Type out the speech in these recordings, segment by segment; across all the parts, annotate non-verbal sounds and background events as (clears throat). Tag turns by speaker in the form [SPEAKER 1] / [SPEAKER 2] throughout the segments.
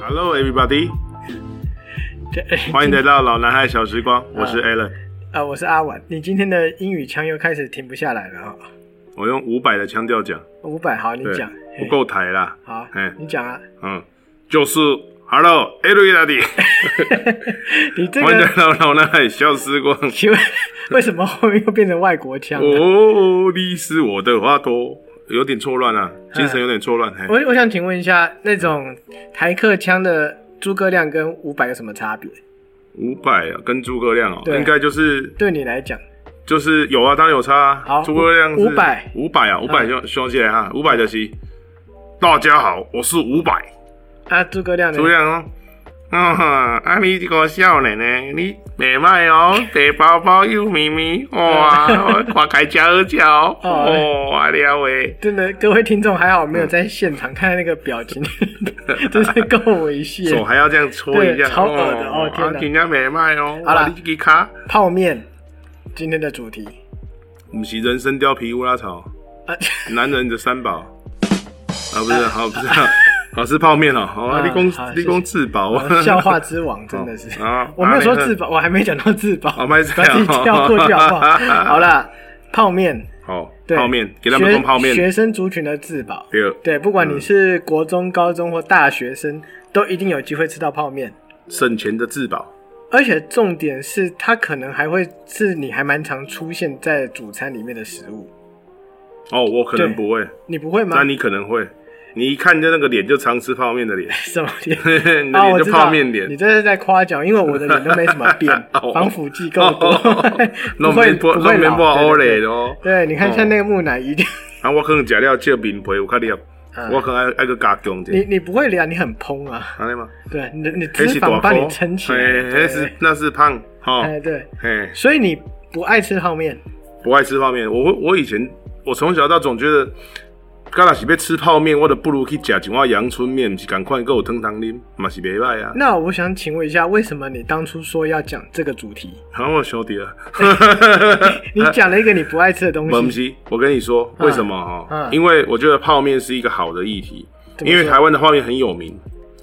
[SPEAKER 1] Hello everybody，欢迎来到老男孩小时光，我是 Alan，
[SPEAKER 2] 嗯 (laughs) 啊，我是阿婉。你今天的英语腔又开始停不下来了哈、
[SPEAKER 1] 我用五百的腔调讲，
[SPEAKER 2] 五百，好，你
[SPEAKER 1] 对
[SPEAKER 2] 讲。，
[SPEAKER 1] 不
[SPEAKER 2] 嘿。
[SPEAKER 1] 够台啦，
[SPEAKER 2] 好
[SPEAKER 1] 嘿，
[SPEAKER 2] 你讲啊。
[SPEAKER 1] 嗯，就是 Hello everybody，
[SPEAKER 2] 你这
[SPEAKER 1] 欢迎来
[SPEAKER 2] 个
[SPEAKER 1] 到老男孩小时光，
[SPEAKER 2] (laughs) 请问 (laughs) 为什么后面又变成外国腔啊了？
[SPEAKER 1] 哦，你是我的花朵，有点错乱啊，
[SPEAKER 2] 嗯
[SPEAKER 1] 精神有点错乱，嘿
[SPEAKER 2] 我我想请问一下，那种台客腔的诸葛亮跟五百有什么差别？
[SPEAKER 1] 五百啊，跟诸葛亮哦，
[SPEAKER 2] 对
[SPEAKER 1] 应该就是
[SPEAKER 2] 对你来讲，
[SPEAKER 1] 就是有啊，当然有差啊
[SPEAKER 2] 好，嗯
[SPEAKER 1] 诸葛亮是
[SPEAKER 2] 500
[SPEAKER 1] 五百啊，五百兄兄弟哈，五百的是大家好，我是五百。
[SPEAKER 2] 啊，诸葛亮呢
[SPEAKER 1] 主？任哦，啊、啊你这个少年呢，你袂歹哦，茶包包又咪咪，哇，我看开吃好吃
[SPEAKER 2] (laughs)
[SPEAKER 1] 哦，哦，啊了喂，
[SPEAKER 2] 真的，各位听众还好没有在现场看那个表 (laughs) 情，真是够猥
[SPEAKER 1] 手
[SPEAKER 2] 亵。
[SPEAKER 1] 还要这样搓一下，
[SPEAKER 2] 对超恶的哦天哪
[SPEAKER 1] 啊，真正袂歹哦，
[SPEAKER 2] 好啦
[SPEAKER 1] 哇，你这个卡，
[SPEAKER 2] 泡面，今天的主题
[SPEAKER 1] 不是人参貂皮乌拉草，
[SPEAKER 2] 啊，
[SPEAKER 1] 男人的三宝，啊
[SPEAKER 2] (laughs)
[SPEAKER 1] 不是，好不是，好是泡面哦，好，
[SPEAKER 2] 啊
[SPEAKER 1] 立功
[SPEAKER 2] 好谢谢
[SPEAKER 1] 立功自保，
[SPEAKER 2] 笑话之王真的是
[SPEAKER 1] 哦啊，
[SPEAKER 2] 我没有说自保，我还没讲到自保，
[SPEAKER 1] 哦不
[SPEAKER 2] 不
[SPEAKER 1] 好
[SPEAKER 2] 要
[SPEAKER 1] 意
[SPEAKER 2] 自
[SPEAKER 1] 思啊
[SPEAKER 2] 己跳过去好不
[SPEAKER 1] (laughs)
[SPEAKER 2] 好？好啦，泡面，
[SPEAKER 1] (laughs) 好
[SPEAKER 2] 对，
[SPEAKER 1] 泡面，给他们
[SPEAKER 2] 学
[SPEAKER 1] 弄泡
[SPEAKER 2] 学
[SPEAKER 1] 面，
[SPEAKER 2] 生族群的自保，
[SPEAKER 1] 对哦嗯
[SPEAKER 2] 对，不管你是国中、高中或大学生，都一定有机会吃到泡面。
[SPEAKER 1] 省钱的自保。
[SPEAKER 2] 而且重点是，它可能还会是你还蛮常出现在主餐里面的食物，
[SPEAKER 1] 哦，我可能
[SPEAKER 2] 对
[SPEAKER 1] 不会。
[SPEAKER 2] 你不会吗
[SPEAKER 1] 那？你可能会，你一看就那个脸就常吃泡面的脸， (laughs)
[SPEAKER 2] 什么脸？
[SPEAKER 1] 你的
[SPEAKER 2] 啊，
[SPEAKER 1] 脸
[SPEAKER 2] 我
[SPEAKER 1] 就
[SPEAKER 2] 知道
[SPEAKER 1] 泡面脸
[SPEAKER 2] 你。这是在夸奖，因为我的脸都没什么变
[SPEAKER 1] (laughs) 哦，
[SPEAKER 2] 防腐剂够多
[SPEAKER 1] 哦哦哦，
[SPEAKER 2] (laughs) 不
[SPEAKER 1] 弄
[SPEAKER 2] 会
[SPEAKER 1] 面
[SPEAKER 2] 不
[SPEAKER 1] 波
[SPEAKER 2] 会
[SPEAKER 1] 弄面
[SPEAKER 2] 老。
[SPEAKER 1] 波
[SPEAKER 2] 对
[SPEAKER 1] 欧
[SPEAKER 2] 对
[SPEAKER 1] 嘞
[SPEAKER 2] 对
[SPEAKER 1] 咯。
[SPEAKER 2] 对，你看
[SPEAKER 1] 哦
[SPEAKER 2] 像那个木乃伊，
[SPEAKER 1] 啊，我可能食了这面皮，有较了，我可能爱爱个加强
[SPEAKER 2] 啊你
[SPEAKER 1] 点，
[SPEAKER 2] 你不会脸，你很蓬啊，
[SPEAKER 1] 安尼嘛。
[SPEAKER 2] 对，你的你脂
[SPEAKER 1] 那是
[SPEAKER 2] 肪
[SPEAKER 1] 大
[SPEAKER 2] 把
[SPEAKER 1] 锅
[SPEAKER 2] 你撑，起来，
[SPEAKER 1] 嘿那
[SPEAKER 2] 对
[SPEAKER 1] 是那是胖哈。
[SPEAKER 2] 哎对，
[SPEAKER 1] 嘿，
[SPEAKER 2] 所以你不爱吃泡面，
[SPEAKER 1] 不爱吃泡面。我我我以前我从小到总觉得，干若是要吃泡面，我都不如去食一碗阳春面，不是赶快给我汤汤啉，嘛是袂歹啊。
[SPEAKER 2] 那我想请问一下，为什么你当初说要讲这个主题？
[SPEAKER 1] 好，我兄弟啊。
[SPEAKER 2] 你讲了一个你不爱吃的东
[SPEAKER 1] 不
[SPEAKER 2] 西，
[SPEAKER 1] 是，呃我跟你说，为什么哈、
[SPEAKER 2] 嗯
[SPEAKER 1] 因为我觉得泡面是一个好的议题，
[SPEAKER 2] 怎么
[SPEAKER 1] 因为
[SPEAKER 2] 说
[SPEAKER 1] 台湾的泡面很有名。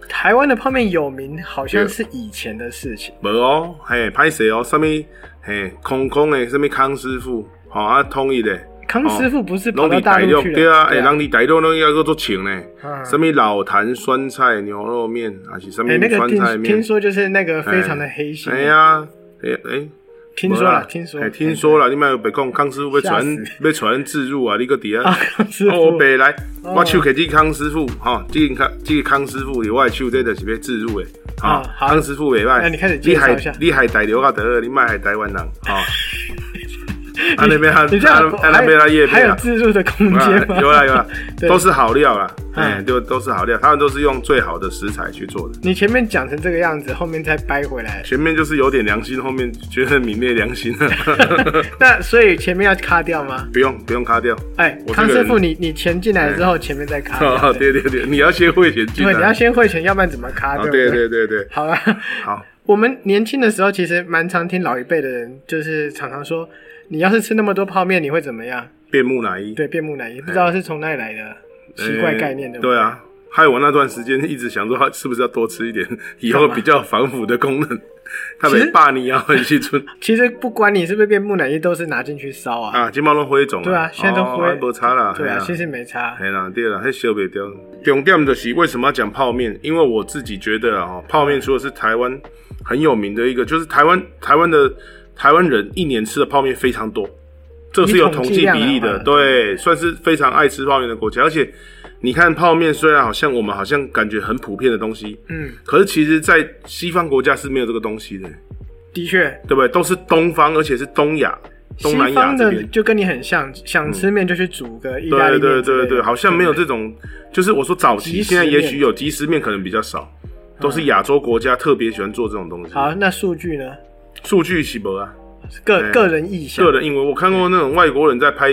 [SPEAKER 2] 台湾的泡面有名，好像是以前的事情。
[SPEAKER 1] 无哦，嘿，拍谁哦？上面嘿空空的，上面康师傅，吼、啊，统一的，
[SPEAKER 2] 康师傅不是跑到
[SPEAKER 1] 拢
[SPEAKER 2] 大陆去了？
[SPEAKER 1] 对啊，哎、
[SPEAKER 2] 对
[SPEAKER 1] 人伫台陆拢要做做请呢，
[SPEAKER 2] 嗯
[SPEAKER 1] 什么老坛酸菜牛肉面，还是什么
[SPEAKER 2] 哎，那个
[SPEAKER 1] 酸菜
[SPEAKER 2] 听
[SPEAKER 1] 面
[SPEAKER 2] 听？说就是那个
[SPEAKER 1] 哎
[SPEAKER 2] 非常的黑心。
[SPEAKER 1] 哎，呀，哎哎。
[SPEAKER 2] 听说
[SPEAKER 1] 没
[SPEAKER 2] 了，
[SPEAKER 1] 啦
[SPEAKER 2] 听说
[SPEAKER 1] 哎，听说了，你莫别讲，康师傅被
[SPEAKER 2] 吓
[SPEAKER 1] 传
[SPEAKER 2] 死
[SPEAKER 1] 被传自入啊，你个底啊
[SPEAKER 2] (laughs) 啊，康师
[SPEAKER 1] 哦，
[SPEAKER 2] 傅，
[SPEAKER 1] 白来，
[SPEAKER 2] 哦
[SPEAKER 1] 我手摕这康师傅，吼、这个康这个康师傅，我的手这就是要置入的，吼、
[SPEAKER 2] 啊好
[SPEAKER 1] 康师傅袂歹，
[SPEAKER 2] 那你开始介绍一下
[SPEAKER 1] 你还大陆啊得了，你卖还台湾人，
[SPEAKER 2] (laughs)
[SPEAKER 1] 吼、啊那边啊，
[SPEAKER 2] 你这样
[SPEAKER 1] 啊那边啊，叶
[SPEAKER 2] 还
[SPEAKER 1] 片
[SPEAKER 2] 有
[SPEAKER 1] 啊，
[SPEAKER 2] 自助的空间吗？，
[SPEAKER 1] 有啊啦有啦
[SPEAKER 2] (laughs) 对
[SPEAKER 1] 都是好料啦，哎、
[SPEAKER 2] 嗯
[SPEAKER 1] 都都是好料，他们都是用最好的食材去做的。
[SPEAKER 2] 你前面讲成这个样子，后面再掰回来。
[SPEAKER 1] 前面就是有点良心，后面觉得泯灭良心了。 (laughs)
[SPEAKER 2] 那所以前面要卡掉吗？
[SPEAKER 1] 不用不用卡
[SPEAKER 2] (laughs)
[SPEAKER 1] 掉，
[SPEAKER 2] 哎，
[SPEAKER 1] 我这个
[SPEAKER 2] 康师
[SPEAKER 1] 人
[SPEAKER 2] 傅，
[SPEAKER 1] 哎
[SPEAKER 2] 你你钱进来之后，前面再卡掉。
[SPEAKER 1] (laughs) 哦，对对对，你要先汇钱进
[SPEAKER 2] 因哦为你
[SPEAKER 1] 来
[SPEAKER 2] 要。先汇钱，要不然怎么
[SPEAKER 1] 啊
[SPEAKER 2] 卡？对不
[SPEAKER 1] 对
[SPEAKER 2] 对
[SPEAKER 1] 对对对，
[SPEAKER 2] 好了，啊
[SPEAKER 1] 好。
[SPEAKER 2] 我们年轻的时候其实蛮常听老一辈的人，就是常常说，你要是吃那么多泡面，你会怎么样？
[SPEAKER 1] 变木乃伊，
[SPEAKER 2] 对，变木乃伊，不知道是从哪里来的奇怪概念，
[SPEAKER 1] 欸
[SPEAKER 2] 对不
[SPEAKER 1] 哎对？啊，害我那段时间一直想说，是不是要多吃一
[SPEAKER 2] (laughs)
[SPEAKER 1] 点，以后比较有防腐的功能。他
[SPEAKER 2] 其实
[SPEAKER 1] 没霸你啊，很去村
[SPEAKER 2] 其实不管你是不是变木乃伊，都是拿进去烧 (laughs) 啊。
[SPEAKER 1] 啊，金毛龙灰种
[SPEAKER 2] 对啊，现在都
[SPEAKER 1] 哦
[SPEAKER 2] 灰
[SPEAKER 1] 啊，哎没差啦。
[SPEAKER 2] 对啊，
[SPEAKER 1] 嘿
[SPEAKER 2] 其实没差。
[SPEAKER 1] 嘿啦，对啦，还烧不掉。重点就是为什么要讲泡面？因为我自己觉得啊，哦泡面除了是台湾很有名的一个，就是台湾台湾的台湾人一年吃的泡面非常多，这是有统计比例
[SPEAKER 2] 你统计量啊
[SPEAKER 1] 的，
[SPEAKER 2] 的话
[SPEAKER 1] 对，算是非常爱吃泡面的国家。而且你看泡面，虽然好像我们好像感觉很普遍的东西，
[SPEAKER 2] 嗯，
[SPEAKER 1] 可是其实在西方国家是没有这个东西的，
[SPEAKER 2] 的确，
[SPEAKER 1] 对不对？都是东方，而且是东亚、东
[SPEAKER 2] 西
[SPEAKER 1] 南亚
[SPEAKER 2] 方
[SPEAKER 1] 这
[SPEAKER 2] 的
[SPEAKER 1] 边。嗯
[SPEAKER 2] 就跟你很像，想吃面就去煮个意大利
[SPEAKER 1] 对
[SPEAKER 2] 面之
[SPEAKER 1] 对
[SPEAKER 2] 类的。
[SPEAKER 1] 对对，好像没有这种，就是我说早期，
[SPEAKER 2] 即食
[SPEAKER 1] 现在也
[SPEAKER 2] 面嗯
[SPEAKER 1] 许有即食面，可能比较少，都是亚洲国家特别喜欢做这种东西。
[SPEAKER 2] 好，那数据呢？
[SPEAKER 1] 数据是不啊，
[SPEAKER 2] 个
[SPEAKER 1] 对
[SPEAKER 2] 个人意向
[SPEAKER 1] 个。人因为我看过那种外国人在拍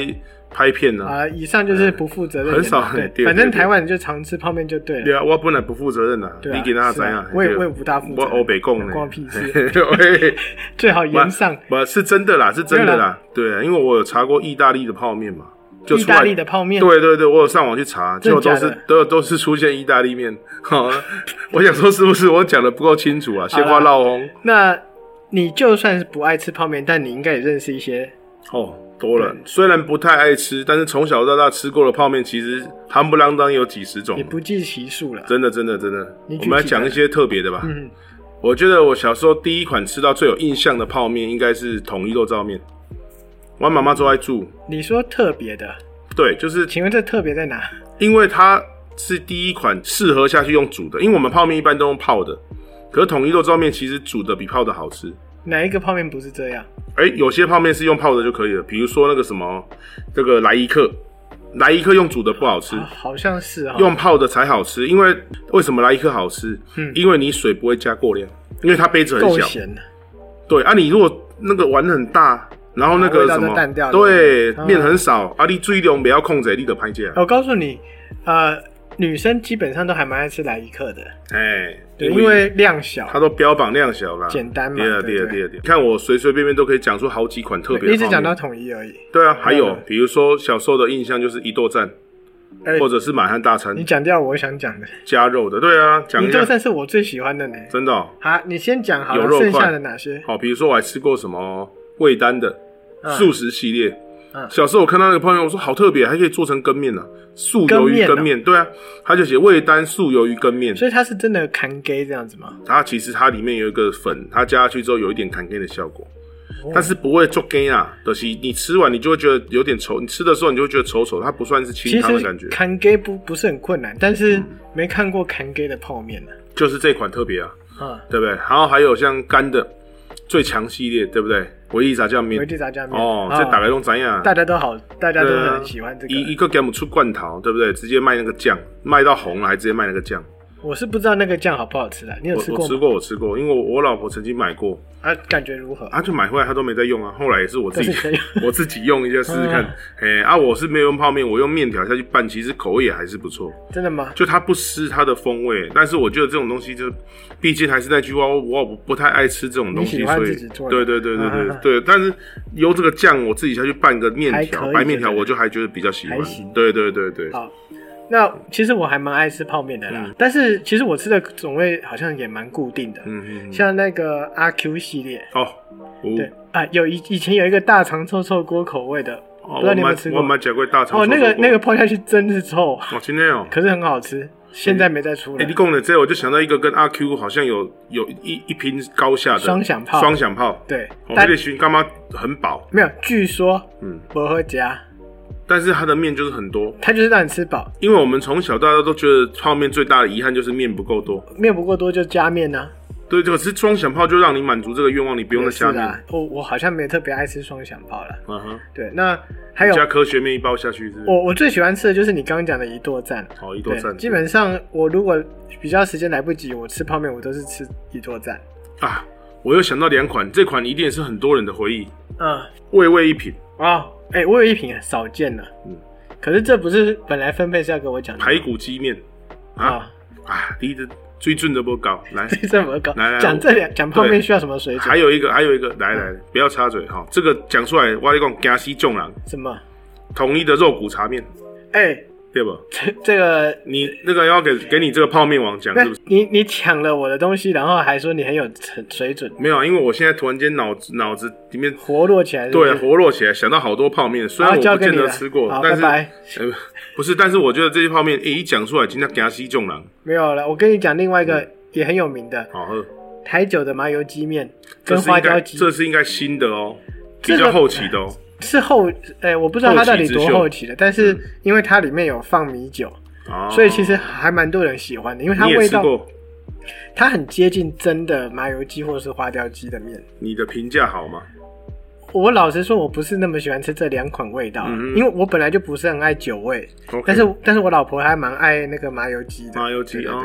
[SPEAKER 1] 拍片呢、啊。
[SPEAKER 2] 啊，以上就是不负责任的，
[SPEAKER 1] 很少
[SPEAKER 2] 对
[SPEAKER 1] 对，对
[SPEAKER 2] 反正
[SPEAKER 1] 对
[SPEAKER 2] 台湾人就常吃泡面就对
[SPEAKER 1] 对
[SPEAKER 2] 了。
[SPEAKER 1] 啊，我本来不负责任啊，
[SPEAKER 2] 对啊
[SPEAKER 1] 你给他
[SPEAKER 2] 是
[SPEAKER 1] 怎
[SPEAKER 2] 啊
[SPEAKER 1] 样？
[SPEAKER 2] 我也
[SPEAKER 1] 对
[SPEAKER 2] 我也不大负
[SPEAKER 1] 我
[SPEAKER 2] 责
[SPEAKER 1] 欧北共呢，
[SPEAKER 2] 关我屁事
[SPEAKER 1] (laughs) 喂
[SPEAKER 2] 最好沿上
[SPEAKER 1] 不是真的啦，是真
[SPEAKER 2] 没
[SPEAKER 1] 的
[SPEAKER 2] 有
[SPEAKER 1] 啦
[SPEAKER 2] 啦，
[SPEAKER 1] 对啊，因为我有查过意大利的泡面嘛，就
[SPEAKER 2] 意
[SPEAKER 1] 出
[SPEAKER 2] 大
[SPEAKER 1] 来
[SPEAKER 2] 利的泡面，，
[SPEAKER 1] 对对对，我有上网去查，结
[SPEAKER 2] 真的
[SPEAKER 1] 果都
[SPEAKER 2] 假的
[SPEAKER 1] 是都都是出现意大利面。 (laughs) 哈，我想说是不是我讲的不够清楚啊？鲜花绕烘
[SPEAKER 2] 那你就算是不爱吃泡面，但你应该也认识一些。
[SPEAKER 1] 哦，多了。虽然不太爱吃，但是从小到大吃过的泡面其实含不啷当有几十种
[SPEAKER 2] 也。不计其数了。
[SPEAKER 1] 真的真的真的，
[SPEAKER 2] 你举
[SPEAKER 1] 我们来
[SPEAKER 2] 几个
[SPEAKER 1] 讲一些特别的吧。
[SPEAKER 2] 嗯，
[SPEAKER 1] 我觉得我小时候第一款吃到最有印象的泡面应该是统一肉燥面。我妈妈做爱煮，
[SPEAKER 2] 你说特别的，
[SPEAKER 1] 对，就是
[SPEAKER 2] 请问这特别在哪？
[SPEAKER 1] 因为它是第一款适合下去用煮的，因为我们泡面一般都用泡的，可是统一肉燥面其实煮的比泡的好吃。
[SPEAKER 2] 哪一个泡面不是这样？
[SPEAKER 1] 哎、有些泡面是用泡的就可以了，比如说那个什么，这个来一克，来一克用煮的不好吃，
[SPEAKER 2] 啊好嗯像是哈、
[SPEAKER 1] 用泡的才好吃。因为为什么来一克好吃？因为你水不会加过量，因为它杯子很
[SPEAKER 2] 够
[SPEAKER 1] 小。
[SPEAKER 2] 咸了。
[SPEAKER 1] 对啊，你如果那个碗很大，然后那
[SPEAKER 2] 啊味
[SPEAKER 1] 个
[SPEAKER 2] 道
[SPEAKER 1] 什
[SPEAKER 2] 就
[SPEAKER 1] 么，
[SPEAKER 2] 淡掉了
[SPEAKER 1] 对
[SPEAKER 2] 嗯
[SPEAKER 1] 面很少，啊，你最量不要控制你的拍价。
[SPEAKER 2] 我告诉你，呃，女生基本上都还蛮爱吃来一克的，
[SPEAKER 1] 哎，
[SPEAKER 2] 对，因为量小，
[SPEAKER 1] 它都标榜量小啦，
[SPEAKER 2] 简单嘛
[SPEAKER 1] 对啊，
[SPEAKER 2] 对
[SPEAKER 1] 对啊，
[SPEAKER 2] 不对
[SPEAKER 1] 对啊，对啊。看我随随便便都可以讲出好几款特别的泡面。
[SPEAKER 2] 一直讲到统一而已。
[SPEAKER 1] 对啊，还有
[SPEAKER 2] 嗯
[SPEAKER 1] 比如说小时候的印象就是一豆站，
[SPEAKER 2] 哎
[SPEAKER 1] 或者是满汉大餐
[SPEAKER 2] 你讲掉我想讲的，
[SPEAKER 1] 加肉的。对啊，讲
[SPEAKER 2] 你
[SPEAKER 1] 一
[SPEAKER 2] 这
[SPEAKER 1] 下，
[SPEAKER 2] 算是我最喜欢的呢。
[SPEAKER 1] 真的哦
[SPEAKER 2] 好，你先讲好
[SPEAKER 1] 有
[SPEAKER 2] 了，
[SPEAKER 1] 肉
[SPEAKER 2] 剩
[SPEAKER 1] 块
[SPEAKER 2] 下的哪些？
[SPEAKER 1] 好。比如说我还吃过什么味丹的
[SPEAKER 2] 嗯
[SPEAKER 1] 素食系列。
[SPEAKER 2] 嗯
[SPEAKER 1] 小时候我看到那个泡面，我说好特别，还可以做成羹面呢、啊素
[SPEAKER 2] 羹
[SPEAKER 1] 鱿鱼
[SPEAKER 2] 面哦
[SPEAKER 1] 羹面。对啊，它就写味丹素鱿鱼羹面。
[SPEAKER 2] 所以它是真的砍 gay 这样子吗？
[SPEAKER 1] 它其实它里面有一个粉，它加下去之后有一点砍根的效果，
[SPEAKER 2] 哦
[SPEAKER 1] 但是不会做根啊，就是你吃完你就会觉得有点稠，你吃的时候你就会觉得稠稠，它不算是清
[SPEAKER 2] 其
[SPEAKER 1] 汤的感觉
[SPEAKER 2] 实，砍 gay 不不是很困难，但是没看过砍 gay 的泡面啊呢。
[SPEAKER 1] 就是这款特别啊，
[SPEAKER 2] 啊，
[SPEAKER 1] 对不对？然后还有像干的最强系列，对不对？维力炸酱面，
[SPEAKER 2] 维力炸酱面
[SPEAKER 1] 哦，
[SPEAKER 2] 哦
[SPEAKER 1] 这打开弄怎样？
[SPEAKER 2] 大家都好，大家都
[SPEAKER 1] 对啊
[SPEAKER 2] 很喜欢这
[SPEAKER 1] 一一
[SPEAKER 2] 个。
[SPEAKER 1] 个给我们出罐头，对不对？直接卖那个酱，卖到红了还直接卖那个酱。
[SPEAKER 2] 我是不知道那个酱好不好吃的，你有
[SPEAKER 1] 我
[SPEAKER 2] 吃
[SPEAKER 1] 我
[SPEAKER 2] 过
[SPEAKER 1] 吃
[SPEAKER 2] 吗？
[SPEAKER 1] 过，我吃过，因为我我老婆曾经买过，
[SPEAKER 2] 啊，感觉如何？
[SPEAKER 1] 啊，就买回来他都没在用啊，后来也是我自己
[SPEAKER 2] 都是你在
[SPEAKER 1] 我自己用一下试试看
[SPEAKER 2] 嗯，
[SPEAKER 1] 哎、啊，我是没有用泡面，我用面条下去拌，其实口味也还是不错，
[SPEAKER 2] 真的吗？
[SPEAKER 1] 就它不失它的风味，但是我觉得这种东西就，毕竟还是那句话，我我不太爱吃这种东
[SPEAKER 2] 你
[SPEAKER 1] 西，
[SPEAKER 2] 喜欢
[SPEAKER 1] 所以
[SPEAKER 2] 自己做的
[SPEAKER 1] 对对对对对
[SPEAKER 2] 嗯嗯嗯
[SPEAKER 1] 对，但是由这个酱我自己下去拌个面
[SPEAKER 2] 还可
[SPEAKER 1] 条，
[SPEAKER 2] 以
[SPEAKER 1] 白面条
[SPEAKER 2] 对不对
[SPEAKER 1] 我就还觉得比较喜欢
[SPEAKER 2] 还行，
[SPEAKER 1] 对对对对，
[SPEAKER 2] 好，那其实我还蛮爱吃泡面的啦，但是其实我吃的种类好像也蛮固定的，
[SPEAKER 1] 嗯嗯嗯，嗯
[SPEAKER 2] 像那个阿 Q 系列，
[SPEAKER 1] 哦，我
[SPEAKER 2] 对啊，有以以前有一个大肠臭臭锅口味的，不
[SPEAKER 1] 哦
[SPEAKER 2] 知道
[SPEAKER 1] 我
[SPEAKER 2] 你有没有
[SPEAKER 1] 买
[SPEAKER 2] 吃过？
[SPEAKER 1] 我买甲贵大肠
[SPEAKER 2] 哦，那
[SPEAKER 1] 臭
[SPEAKER 2] 个
[SPEAKER 1] 臭锅
[SPEAKER 2] 那个泡下去真是臭，
[SPEAKER 1] 哦，今天哦。
[SPEAKER 2] 可是很好吃，现在没再出
[SPEAKER 1] 哎、
[SPEAKER 2] 来
[SPEAKER 1] 你。讲的这，我就想到一个跟阿 Q 好像有有一一拼高下的
[SPEAKER 2] 双响炮
[SPEAKER 1] 双响炮，
[SPEAKER 2] 对
[SPEAKER 1] 哦，
[SPEAKER 2] 但
[SPEAKER 1] 那群干妈很饱，
[SPEAKER 2] 没有，据说
[SPEAKER 1] 嗯，
[SPEAKER 2] 不喝加，
[SPEAKER 1] 但是它的面就是很多，
[SPEAKER 2] 它就是让你吃饱，
[SPEAKER 1] 因为我们从小到大都觉得泡面最大的遗憾就是面不够多，
[SPEAKER 2] 面不过多就加面呢、
[SPEAKER 1] 对，可是双响炮就让你满足这个愿望，你不用再
[SPEAKER 2] 也
[SPEAKER 1] 加
[SPEAKER 2] 哦是
[SPEAKER 1] 面，
[SPEAKER 2] 啦，我我好像没特别爱吃双响炮啦。
[SPEAKER 1] 嗯哼，
[SPEAKER 2] 对，那还有
[SPEAKER 1] 加科学面一包下去是不是，
[SPEAKER 2] 我我最喜欢吃的就是你刚刚讲的一剁赞，
[SPEAKER 1] 好一多
[SPEAKER 2] 对，
[SPEAKER 1] 赞，
[SPEAKER 2] 基本上我如果比较时间来不及，我吃泡面我都是吃一剁赞。
[SPEAKER 1] 啊，我又想到两款，这款一定也是很多人的回忆，
[SPEAKER 2] 嗯
[SPEAKER 1] 味味一品
[SPEAKER 2] 啊，哎、我有一瓶少见了，
[SPEAKER 1] 嗯
[SPEAKER 2] 可是这不是本来分配是要给我讲的吗
[SPEAKER 1] 排骨鸡面啊
[SPEAKER 2] 啊， (laughs)
[SPEAKER 1] 啊，第一的最准的不高，来。
[SPEAKER 2] 这这么高
[SPEAKER 1] 来来，
[SPEAKER 2] 讲
[SPEAKER 1] 我
[SPEAKER 2] 这两讲泡面
[SPEAKER 1] 对
[SPEAKER 2] 需要什么水
[SPEAKER 1] 还
[SPEAKER 2] 准？
[SPEAKER 1] 有一个，还有一个，来来，不要插嘴哈、这个讲出来，我跟你讲，江西众人
[SPEAKER 2] 什么？
[SPEAKER 1] 统一的肉骨茶面，
[SPEAKER 2] 哎、
[SPEAKER 1] 对吧？
[SPEAKER 2] 这这个。
[SPEAKER 1] 你那个要给给你这个泡面王讲
[SPEAKER 2] 那
[SPEAKER 1] 是不是？
[SPEAKER 2] 你你抢了我的东西，然后还说你很有成水准，
[SPEAKER 1] 没有啊，因为我现在突然间脑子脑子里面
[SPEAKER 2] 活络起来是不
[SPEAKER 1] 对
[SPEAKER 2] 是。
[SPEAKER 1] 啊活络起来，想到好多泡面，虽然
[SPEAKER 2] 嗯好交
[SPEAKER 1] 我不
[SPEAKER 2] 给
[SPEAKER 1] 见
[SPEAKER 2] 你
[SPEAKER 1] 得
[SPEAKER 2] 了
[SPEAKER 1] 吃过，
[SPEAKER 2] 好
[SPEAKER 1] 但是
[SPEAKER 2] 拜拜
[SPEAKER 1] 呃不是，但是我觉得这些泡面、诶一讲出来，今天江西众人
[SPEAKER 2] 没有了。我跟你讲另外一
[SPEAKER 1] 嗯
[SPEAKER 2] 个也很有名的
[SPEAKER 1] 好喝，
[SPEAKER 2] 台酒的麻油鸡面
[SPEAKER 1] 这
[SPEAKER 2] 跟
[SPEAKER 1] 是
[SPEAKER 2] 花
[SPEAKER 1] 应
[SPEAKER 2] 椒
[SPEAKER 1] 该
[SPEAKER 2] 鸡，
[SPEAKER 1] 这是应该新的哦，比
[SPEAKER 2] 这
[SPEAKER 1] 较
[SPEAKER 2] 个
[SPEAKER 1] 后期的哦，
[SPEAKER 2] 是后，哎、我不知道它到底多后期的，但是因为它里面有放米酒，
[SPEAKER 1] 嗯哦
[SPEAKER 2] 所以其实还蛮多人喜欢的，因为它
[SPEAKER 1] 你也
[SPEAKER 2] 味
[SPEAKER 1] 吃
[SPEAKER 2] 道
[SPEAKER 1] 过，
[SPEAKER 2] 它很接近真的麻油鸡或是花椒鸡的面。
[SPEAKER 1] 你的评价好吗？
[SPEAKER 2] 我老实说，我不是那么喜欢吃这两款味道啊，
[SPEAKER 1] 嗯哼
[SPEAKER 2] 因为我本来就不是很爱酒味
[SPEAKER 1] OK
[SPEAKER 2] 但是但是我老婆还蛮爱那个麻油鸡的，
[SPEAKER 1] 麻油鸡
[SPEAKER 2] 对对对
[SPEAKER 1] 哦，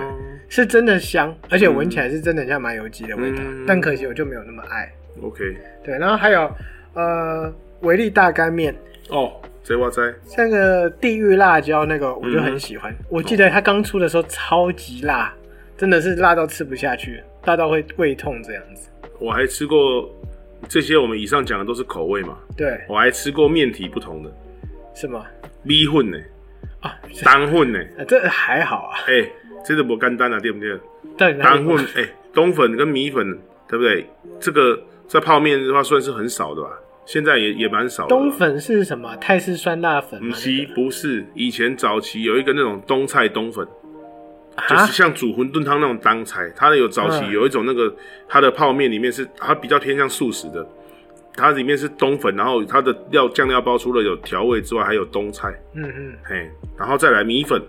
[SPEAKER 2] 是真的香，而且闻起来是真的很像麻油鸡的味道，
[SPEAKER 1] 嗯
[SPEAKER 2] 但可惜我就没有那么爱。
[SPEAKER 1] ，OK，
[SPEAKER 2] 对，然后还有呃维力大干面，
[SPEAKER 1] 哦，这我知。
[SPEAKER 2] 像个地狱辣椒那个，我就很喜欢。
[SPEAKER 1] 嗯
[SPEAKER 2] 我记得它刚出的时候超级辣，真的是辣到吃不下去，辣到会胃痛这样子。
[SPEAKER 1] 我还吃过这些，我们以上讲的都是口味嘛。
[SPEAKER 2] 对，
[SPEAKER 1] 我还吃过面体不同的，
[SPEAKER 2] 是吗？
[SPEAKER 1] 米粉呢、
[SPEAKER 2] 啊，
[SPEAKER 1] (laughs)
[SPEAKER 2] 这
[SPEAKER 1] 单粉呢、
[SPEAKER 2] 啊这还好啊，
[SPEAKER 1] 哎、这都不简单啊，对不对？
[SPEAKER 2] 到底哪
[SPEAKER 1] 单
[SPEAKER 2] 里
[SPEAKER 1] 混哎、冬粉跟米粉，对不对？这个在泡面的话算是很少的吧，现在也也蛮少的。
[SPEAKER 2] 冬，粉是什么？泰式酸辣粉
[SPEAKER 1] 不
[SPEAKER 2] 吗？
[SPEAKER 1] 是不是，以前早期有一个那种冬菜冬粉，
[SPEAKER 2] 那
[SPEAKER 1] 就
[SPEAKER 2] 个啊
[SPEAKER 1] 是，像煮馄饨汤那种当菜，它有早期
[SPEAKER 2] 嗯
[SPEAKER 1] 有一种那个它的泡面里面是它比较偏向素食的，它里面是冬粉，然后它的料酱料包除了有调味之外，还有冬菜，
[SPEAKER 2] 嗯嗯，
[SPEAKER 1] 嘿，然后再来米粉，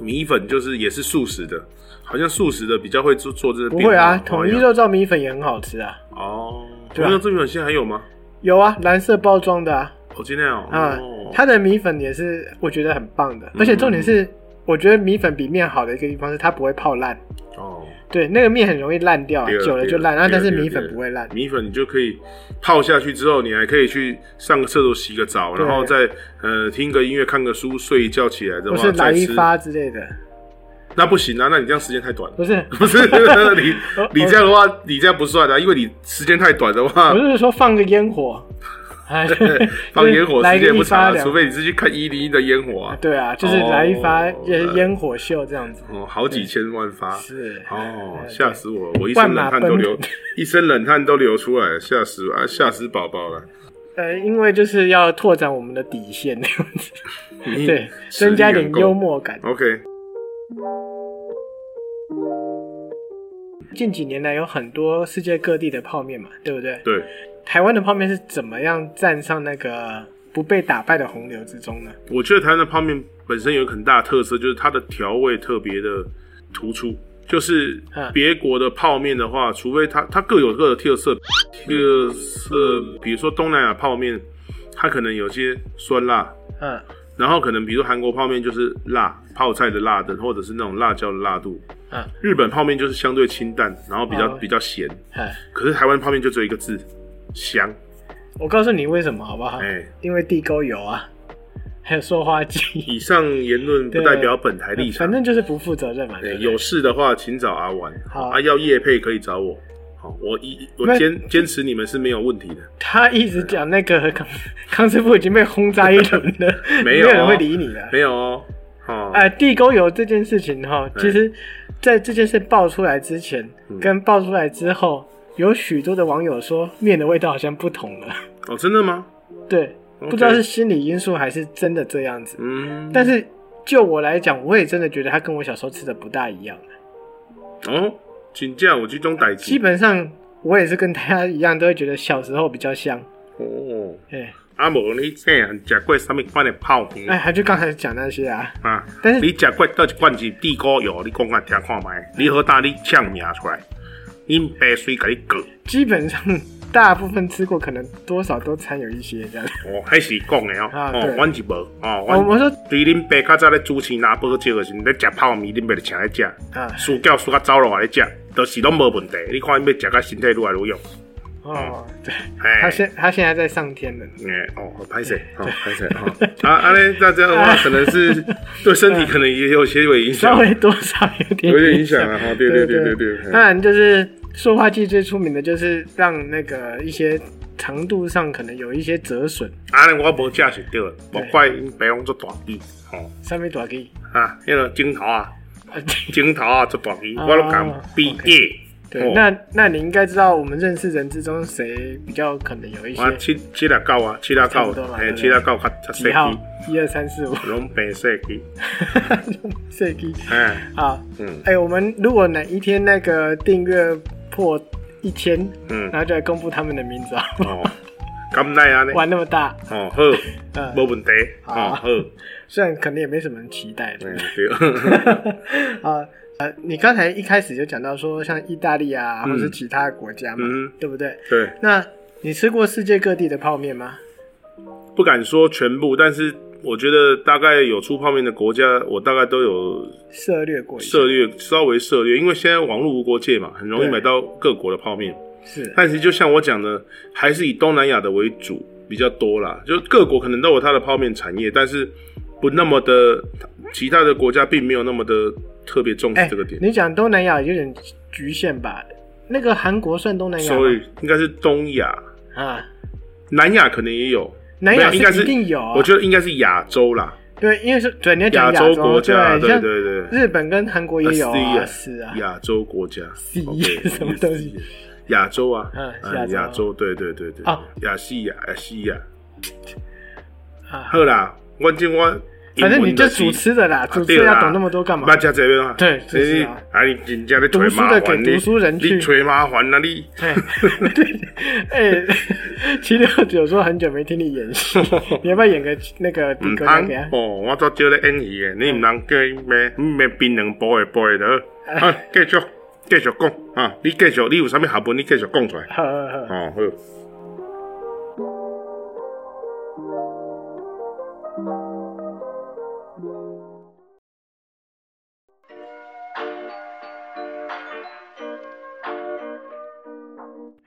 [SPEAKER 1] 米粉就是也是素食的，好像素食的比较会做做这个
[SPEAKER 2] 不
[SPEAKER 1] 变化。
[SPEAKER 2] 会啊，
[SPEAKER 1] 哦
[SPEAKER 2] 统一肉燥米粉也很好吃啊，
[SPEAKER 1] 哦，
[SPEAKER 2] 对
[SPEAKER 1] 同
[SPEAKER 2] 啊
[SPEAKER 1] 样这米粉现在还有吗？
[SPEAKER 2] 有啊，蓝色包装的啊，
[SPEAKER 1] 哦，今天哦，
[SPEAKER 2] 啊
[SPEAKER 1] 哦，嗯
[SPEAKER 2] 它的米粉也是我觉得很棒的，而且重点是，我觉得米粉比面好的一个地方是它不会泡烂，
[SPEAKER 1] 哦，
[SPEAKER 2] 对，那个面很容易烂掉啊，
[SPEAKER 1] 对
[SPEAKER 2] 久了就烂，
[SPEAKER 1] 对
[SPEAKER 2] 然后但是
[SPEAKER 1] 对
[SPEAKER 2] 米
[SPEAKER 1] 对
[SPEAKER 2] 粉
[SPEAKER 1] 对
[SPEAKER 2] 不会烂，
[SPEAKER 1] 米粉你就可以泡下去之后，你还可以去上个厕所洗个澡，
[SPEAKER 2] 对
[SPEAKER 1] 然后再呃听个音乐、看个书、睡一觉起来的
[SPEAKER 2] 或
[SPEAKER 1] 话
[SPEAKER 2] 是来
[SPEAKER 1] 再
[SPEAKER 2] 一
[SPEAKER 1] 吃。
[SPEAKER 2] 发之类的，
[SPEAKER 1] 那不行啊，那你这样时间
[SPEAKER 2] (laughs)
[SPEAKER 1] 太短了。(laughs)
[SPEAKER 2] 不是，
[SPEAKER 1] 不是你
[SPEAKER 2] 我
[SPEAKER 1] 你这样的话，你这样不算的、啊，因为你时间太短的话
[SPEAKER 2] (laughs) 我，就是说放个烟火，哎
[SPEAKER 1] 放烟火
[SPEAKER 2] 来
[SPEAKER 1] 时
[SPEAKER 2] 个
[SPEAKER 1] 间也不
[SPEAKER 2] 一
[SPEAKER 1] 长、
[SPEAKER 2] 发
[SPEAKER 1] 啊，
[SPEAKER 2] 两
[SPEAKER 1] 除非你是去看一零一的烟火啊，
[SPEAKER 2] 对啊，就是来一发
[SPEAKER 1] 哦
[SPEAKER 2] 也是烟火秀这样子，
[SPEAKER 1] 哦，好几千万发，
[SPEAKER 2] 是
[SPEAKER 1] 哦，
[SPEAKER 2] 对
[SPEAKER 1] 吓死我！我一身冷汗都流
[SPEAKER 2] 万马奔腾，
[SPEAKER 1] (laughs) 一身冷汗都流出来了，吓死啊，吓死宝宝了！
[SPEAKER 2] 呃，因为就是要拓展我们的底线，这样子
[SPEAKER 1] 你
[SPEAKER 2] 对，
[SPEAKER 1] 嗯实力
[SPEAKER 2] 增加一点
[SPEAKER 1] 很够
[SPEAKER 2] 幽。默感。
[SPEAKER 1] OK，
[SPEAKER 2] 近几年来有很多世界各地的泡面嘛，对不对？
[SPEAKER 1] 对，
[SPEAKER 2] 台湾的泡面是怎么样站上那个不被打败的洪流之中呢？
[SPEAKER 1] 我觉得台湾的泡面本身有一个很大的特色，就是它的调味特别的突出。就是
[SPEAKER 2] 嗯
[SPEAKER 1] 别国的泡面的话，除非它它各有各的特色，特色，比如说东南亚泡面，它可能有些酸辣，
[SPEAKER 2] 嗯
[SPEAKER 1] 然后可能比如说韩国泡面就是辣泡菜的辣的，或者是那种辣椒的辣度，
[SPEAKER 2] 嗯
[SPEAKER 1] 日本泡面就是相对清淡，然后比较、
[SPEAKER 2] 哦
[SPEAKER 1] 比较咸，
[SPEAKER 2] 嗯，
[SPEAKER 1] 可是台湾泡面就只有一个字，香。
[SPEAKER 2] 我告诉你为什么好不好？
[SPEAKER 1] 哎、
[SPEAKER 2] 因为地沟油啊， (laughs) 还有塑化剂，
[SPEAKER 1] 以上言论不
[SPEAKER 2] 对
[SPEAKER 1] 代表本台立场。
[SPEAKER 2] 反正就是不负责任嘛。
[SPEAKER 1] 哎
[SPEAKER 2] 对不对
[SPEAKER 1] 有事的话，请找阿玩。
[SPEAKER 2] 好
[SPEAKER 1] 啊，要叶配可以找我。好，我一我
[SPEAKER 2] 那
[SPEAKER 1] 坚坚持你们是没有问题的。
[SPEAKER 2] 他一直讲那个康康师傅已经被轰炸一轮了，
[SPEAKER 1] (laughs) 没有
[SPEAKER 2] 有
[SPEAKER 1] 哦
[SPEAKER 2] 人会理你了。
[SPEAKER 1] 没有哦，哦，
[SPEAKER 2] 哎，地沟油这件事情哈，其实，在这件事爆出来之前，
[SPEAKER 1] 嗯
[SPEAKER 2] 跟爆出来之后，有许多的网友说面的味道好像不同了。 (laughs)
[SPEAKER 1] 哦，真的吗？
[SPEAKER 2] 对，不知道是心理因素还是真的这样子。
[SPEAKER 1] 嗯，
[SPEAKER 2] 但是就我来讲，我也真的觉得它跟我小时候吃的不大一样。
[SPEAKER 1] 哦，请假我去中逮
[SPEAKER 2] 基
[SPEAKER 1] 鸡。
[SPEAKER 2] 本上我也是跟大家一样，都会觉得小时候比较香。
[SPEAKER 1] 哦，
[SPEAKER 2] 哎
[SPEAKER 1] 阿伯，你这样吃过什么款的泡面
[SPEAKER 2] 哎，还就刚才讲那些啊，
[SPEAKER 1] 啊？
[SPEAKER 2] 但是
[SPEAKER 1] 你食过倒一罐是地沟油，你讲我听看卖。你好胆，你呛名出来，因白水给你割。
[SPEAKER 2] 基本上大部分吃过，可能多少都掺有一些这样。
[SPEAKER 1] 哦，迄是讲的哦，
[SPEAKER 2] 啊
[SPEAKER 1] 哦
[SPEAKER 2] 对，
[SPEAKER 1] 阮是无哦，
[SPEAKER 2] 我我
[SPEAKER 1] 阮
[SPEAKER 2] 说
[SPEAKER 1] 对恁爸较早咧主持拿宝石的时阵，咧食泡面，恁爸就请来食，
[SPEAKER 2] 啊
[SPEAKER 1] 输饺输甲走落来咧食，都是拢无问题。你看因要食甲身体愈来愈勇，
[SPEAKER 2] 哦，对，
[SPEAKER 1] 哎
[SPEAKER 2] 他现他现在在上天了。
[SPEAKER 1] 哎哦，好歹势，哦，歹势哦，啊啊咧，那这样的话可能
[SPEAKER 2] (laughs)
[SPEAKER 1] 是对身体可能也有些微影响
[SPEAKER 2] 哎稍，微多少有点
[SPEAKER 1] 有点影响啊，哈，对对
[SPEAKER 2] 对
[SPEAKER 1] 对对
[SPEAKER 2] 对
[SPEAKER 1] 对，
[SPEAKER 2] 当
[SPEAKER 1] 嗯
[SPEAKER 2] 然就是塑化剂最出名的就是让那个一些长度上可能有一些折损，
[SPEAKER 1] 啊，咧我无食是对的，无怪因爸讲做大哦鸡，吼
[SPEAKER 2] 上面
[SPEAKER 1] (laughs)
[SPEAKER 2] 多给。
[SPEAKER 1] 啊，迄个镜头啊，镜头啊做大鸡，
[SPEAKER 2] 啊
[SPEAKER 1] 我都讲毕业，
[SPEAKER 2] 对，
[SPEAKER 1] 哦
[SPEAKER 2] 那那你应该知道我们认识人之中谁比较可能有一
[SPEAKER 1] 啊，
[SPEAKER 2] 些
[SPEAKER 1] 七七六九啊，七六
[SPEAKER 2] 差不
[SPEAKER 1] 九
[SPEAKER 2] 多，嘛
[SPEAKER 1] 嘿，
[SPEAKER 2] 对不对
[SPEAKER 1] 七六九较较
[SPEAKER 2] 几号
[SPEAKER 1] 细，
[SPEAKER 2] 一二三四五， (laughs)
[SPEAKER 1] 机，拢变细机，
[SPEAKER 2] 设计
[SPEAKER 1] 哎，
[SPEAKER 2] 啊，
[SPEAKER 1] 嗯
[SPEAKER 2] 哎，我们如果哪一天那个订阅破一千，
[SPEAKER 1] 嗯
[SPEAKER 2] 然后就来公布他们的名字啊， (laughs)
[SPEAKER 1] 哦，咁来安尼，
[SPEAKER 2] 玩那么大，
[SPEAKER 1] 哦好，
[SPEAKER 2] 嗯，
[SPEAKER 1] 无问题，哦
[SPEAKER 2] 好
[SPEAKER 1] 好，
[SPEAKER 2] 虽然可能也没什么人期待的
[SPEAKER 1] 嗯，对， (laughs)
[SPEAKER 2] (laughs) 啊。呃，你刚才一开始就讲到说，像意大利啊，
[SPEAKER 1] 嗯
[SPEAKER 2] 或是其他国家嘛，
[SPEAKER 1] 嗯
[SPEAKER 2] 对不对？
[SPEAKER 1] 对，
[SPEAKER 2] 那你吃过世界各地的泡面吗？
[SPEAKER 1] 不敢说全部，但是我觉得大概有出泡面的国家，我大概都有
[SPEAKER 2] 涉略过一下，
[SPEAKER 1] 涉略，稍微涉略，因为现在网络无国界嘛，很容易
[SPEAKER 2] 对
[SPEAKER 1] 买到各国的泡面。
[SPEAKER 2] 是
[SPEAKER 1] 但是就像我讲的，还是以东南亚的为主比较多啦。就各国可能都有它的泡面产业，但是不那么的，其他的国家并没有那么的特别重视哎这个点。
[SPEAKER 2] 哎你讲东南亚有点局限吧？那个韩国算东南亚吗
[SPEAKER 1] 所以应该是东亚、
[SPEAKER 2] 啊？
[SPEAKER 1] 南亚可能也有，
[SPEAKER 2] 南
[SPEAKER 1] 没
[SPEAKER 2] 亚
[SPEAKER 1] 有，应该
[SPEAKER 2] 是
[SPEAKER 1] 是
[SPEAKER 2] 一定有啊，
[SPEAKER 1] 我觉得应该是亚洲啦，
[SPEAKER 2] 对，因为是对你要
[SPEAKER 1] 亚
[SPEAKER 2] 讲洲
[SPEAKER 1] 国家，
[SPEAKER 2] 对啊
[SPEAKER 1] 对
[SPEAKER 2] 像
[SPEAKER 1] 对对，
[SPEAKER 2] (laughs) 日本跟韩国也有啊，是啊，
[SPEAKER 1] 亚洲国家
[SPEAKER 2] 是
[SPEAKER 1] OK，
[SPEAKER 2] 什么东西？
[SPEAKER 1] 亚洲啊，
[SPEAKER 2] 嗯
[SPEAKER 1] 嗯，
[SPEAKER 2] 亚
[SPEAKER 1] 亚
[SPEAKER 2] 洲
[SPEAKER 1] 洲，对对对对
[SPEAKER 2] 啊，
[SPEAKER 1] 亚细亚，亚细亚，
[SPEAKER 2] 啊
[SPEAKER 1] 好啦，我今我
[SPEAKER 2] 反正你就
[SPEAKER 1] 英
[SPEAKER 2] 主
[SPEAKER 1] 文的是啊
[SPEAKER 2] 持人啦，主持人要懂那么多干嘛
[SPEAKER 1] 不？加这边啊，
[SPEAKER 2] 对主持
[SPEAKER 1] 你
[SPEAKER 2] 啊
[SPEAKER 1] 啊，你人家在
[SPEAKER 2] 读
[SPEAKER 1] 吹
[SPEAKER 2] 书的
[SPEAKER 1] 麻
[SPEAKER 2] 给
[SPEAKER 1] 烦，
[SPEAKER 2] 读
[SPEAKER 1] 你
[SPEAKER 2] 书人去
[SPEAKER 1] 你吹麻烦啊你。
[SPEAKER 2] 哎， (laughs) 对，哎，七六九说很久没听你演戏，你要不要演个那个
[SPEAKER 1] 唔
[SPEAKER 2] 迪哥
[SPEAKER 1] 通
[SPEAKER 2] 啊给嗯他？
[SPEAKER 1] 哦，我做少咧演戏嘅，你唔通叫伊咩咩槟榔煲嘅煲的，
[SPEAKER 2] 哎
[SPEAKER 1] 啊，继续继续讲啊，你继续，你有啥物下文，你继续讲出来。
[SPEAKER 2] 呵呵呵，
[SPEAKER 1] 哦，好。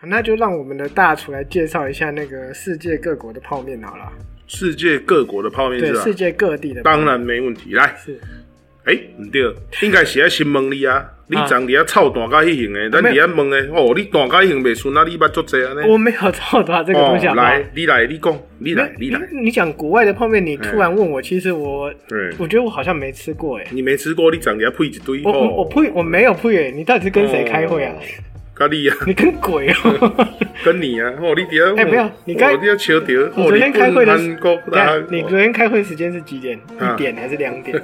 [SPEAKER 2] 那就让我们的大厨来介绍一下那个世界各国的泡面好了。
[SPEAKER 1] 世界各国的泡面
[SPEAKER 2] 对
[SPEAKER 1] 是，吧？
[SPEAKER 2] 世界各地的泡面
[SPEAKER 1] 啊当然没问题。来，
[SPEAKER 2] 是
[SPEAKER 1] 哎、唔对，应该是要先问你啊。你
[SPEAKER 2] 啊
[SPEAKER 1] 昨日啊臭蛋甲迄型的，咱伫
[SPEAKER 2] 没有
[SPEAKER 1] 遐问的，哦，你蛋甲迄型袂顺啊，你捌足济安尼。
[SPEAKER 2] 我没有操到哦这个东西好不好？
[SPEAKER 1] 哦来，你来，你讲，你
[SPEAKER 2] 没
[SPEAKER 1] 来，你来。哎
[SPEAKER 2] 你讲国外的泡面，你突然问我，其实我
[SPEAKER 1] 对，
[SPEAKER 2] 我觉得我好像没吃过哎。
[SPEAKER 1] 你没吃过，你昨日配一堆
[SPEAKER 2] 我我我
[SPEAKER 1] 哦，
[SPEAKER 2] 不我没有不远，你到底是跟谁开会啊？
[SPEAKER 1] 甲你啊，
[SPEAKER 2] 你跟鬼
[SPEAKER 1] (laughs)
[SPEAKER 2] 哦！
[SPEAKER 1] 跟你
[SPEAKER 2] (laughs)
[SPEAKER 1] 啊，哦，你伫遐，
[SPEAKER 2] 哎没有你刚
[SPEAKER 1] 哦你遐笑着，哦
[SPEAKER 2] 你昨天开会的
[SPEAKER 1] 你
[SPEAKER 2] 时
[SPEAKER 1] 跟韩国
[SPEAKER 2] 等一
[SPEAKER 1] 啊
[SPEAKER 2] 下，你昨天开会时间是几点？一点还是两点？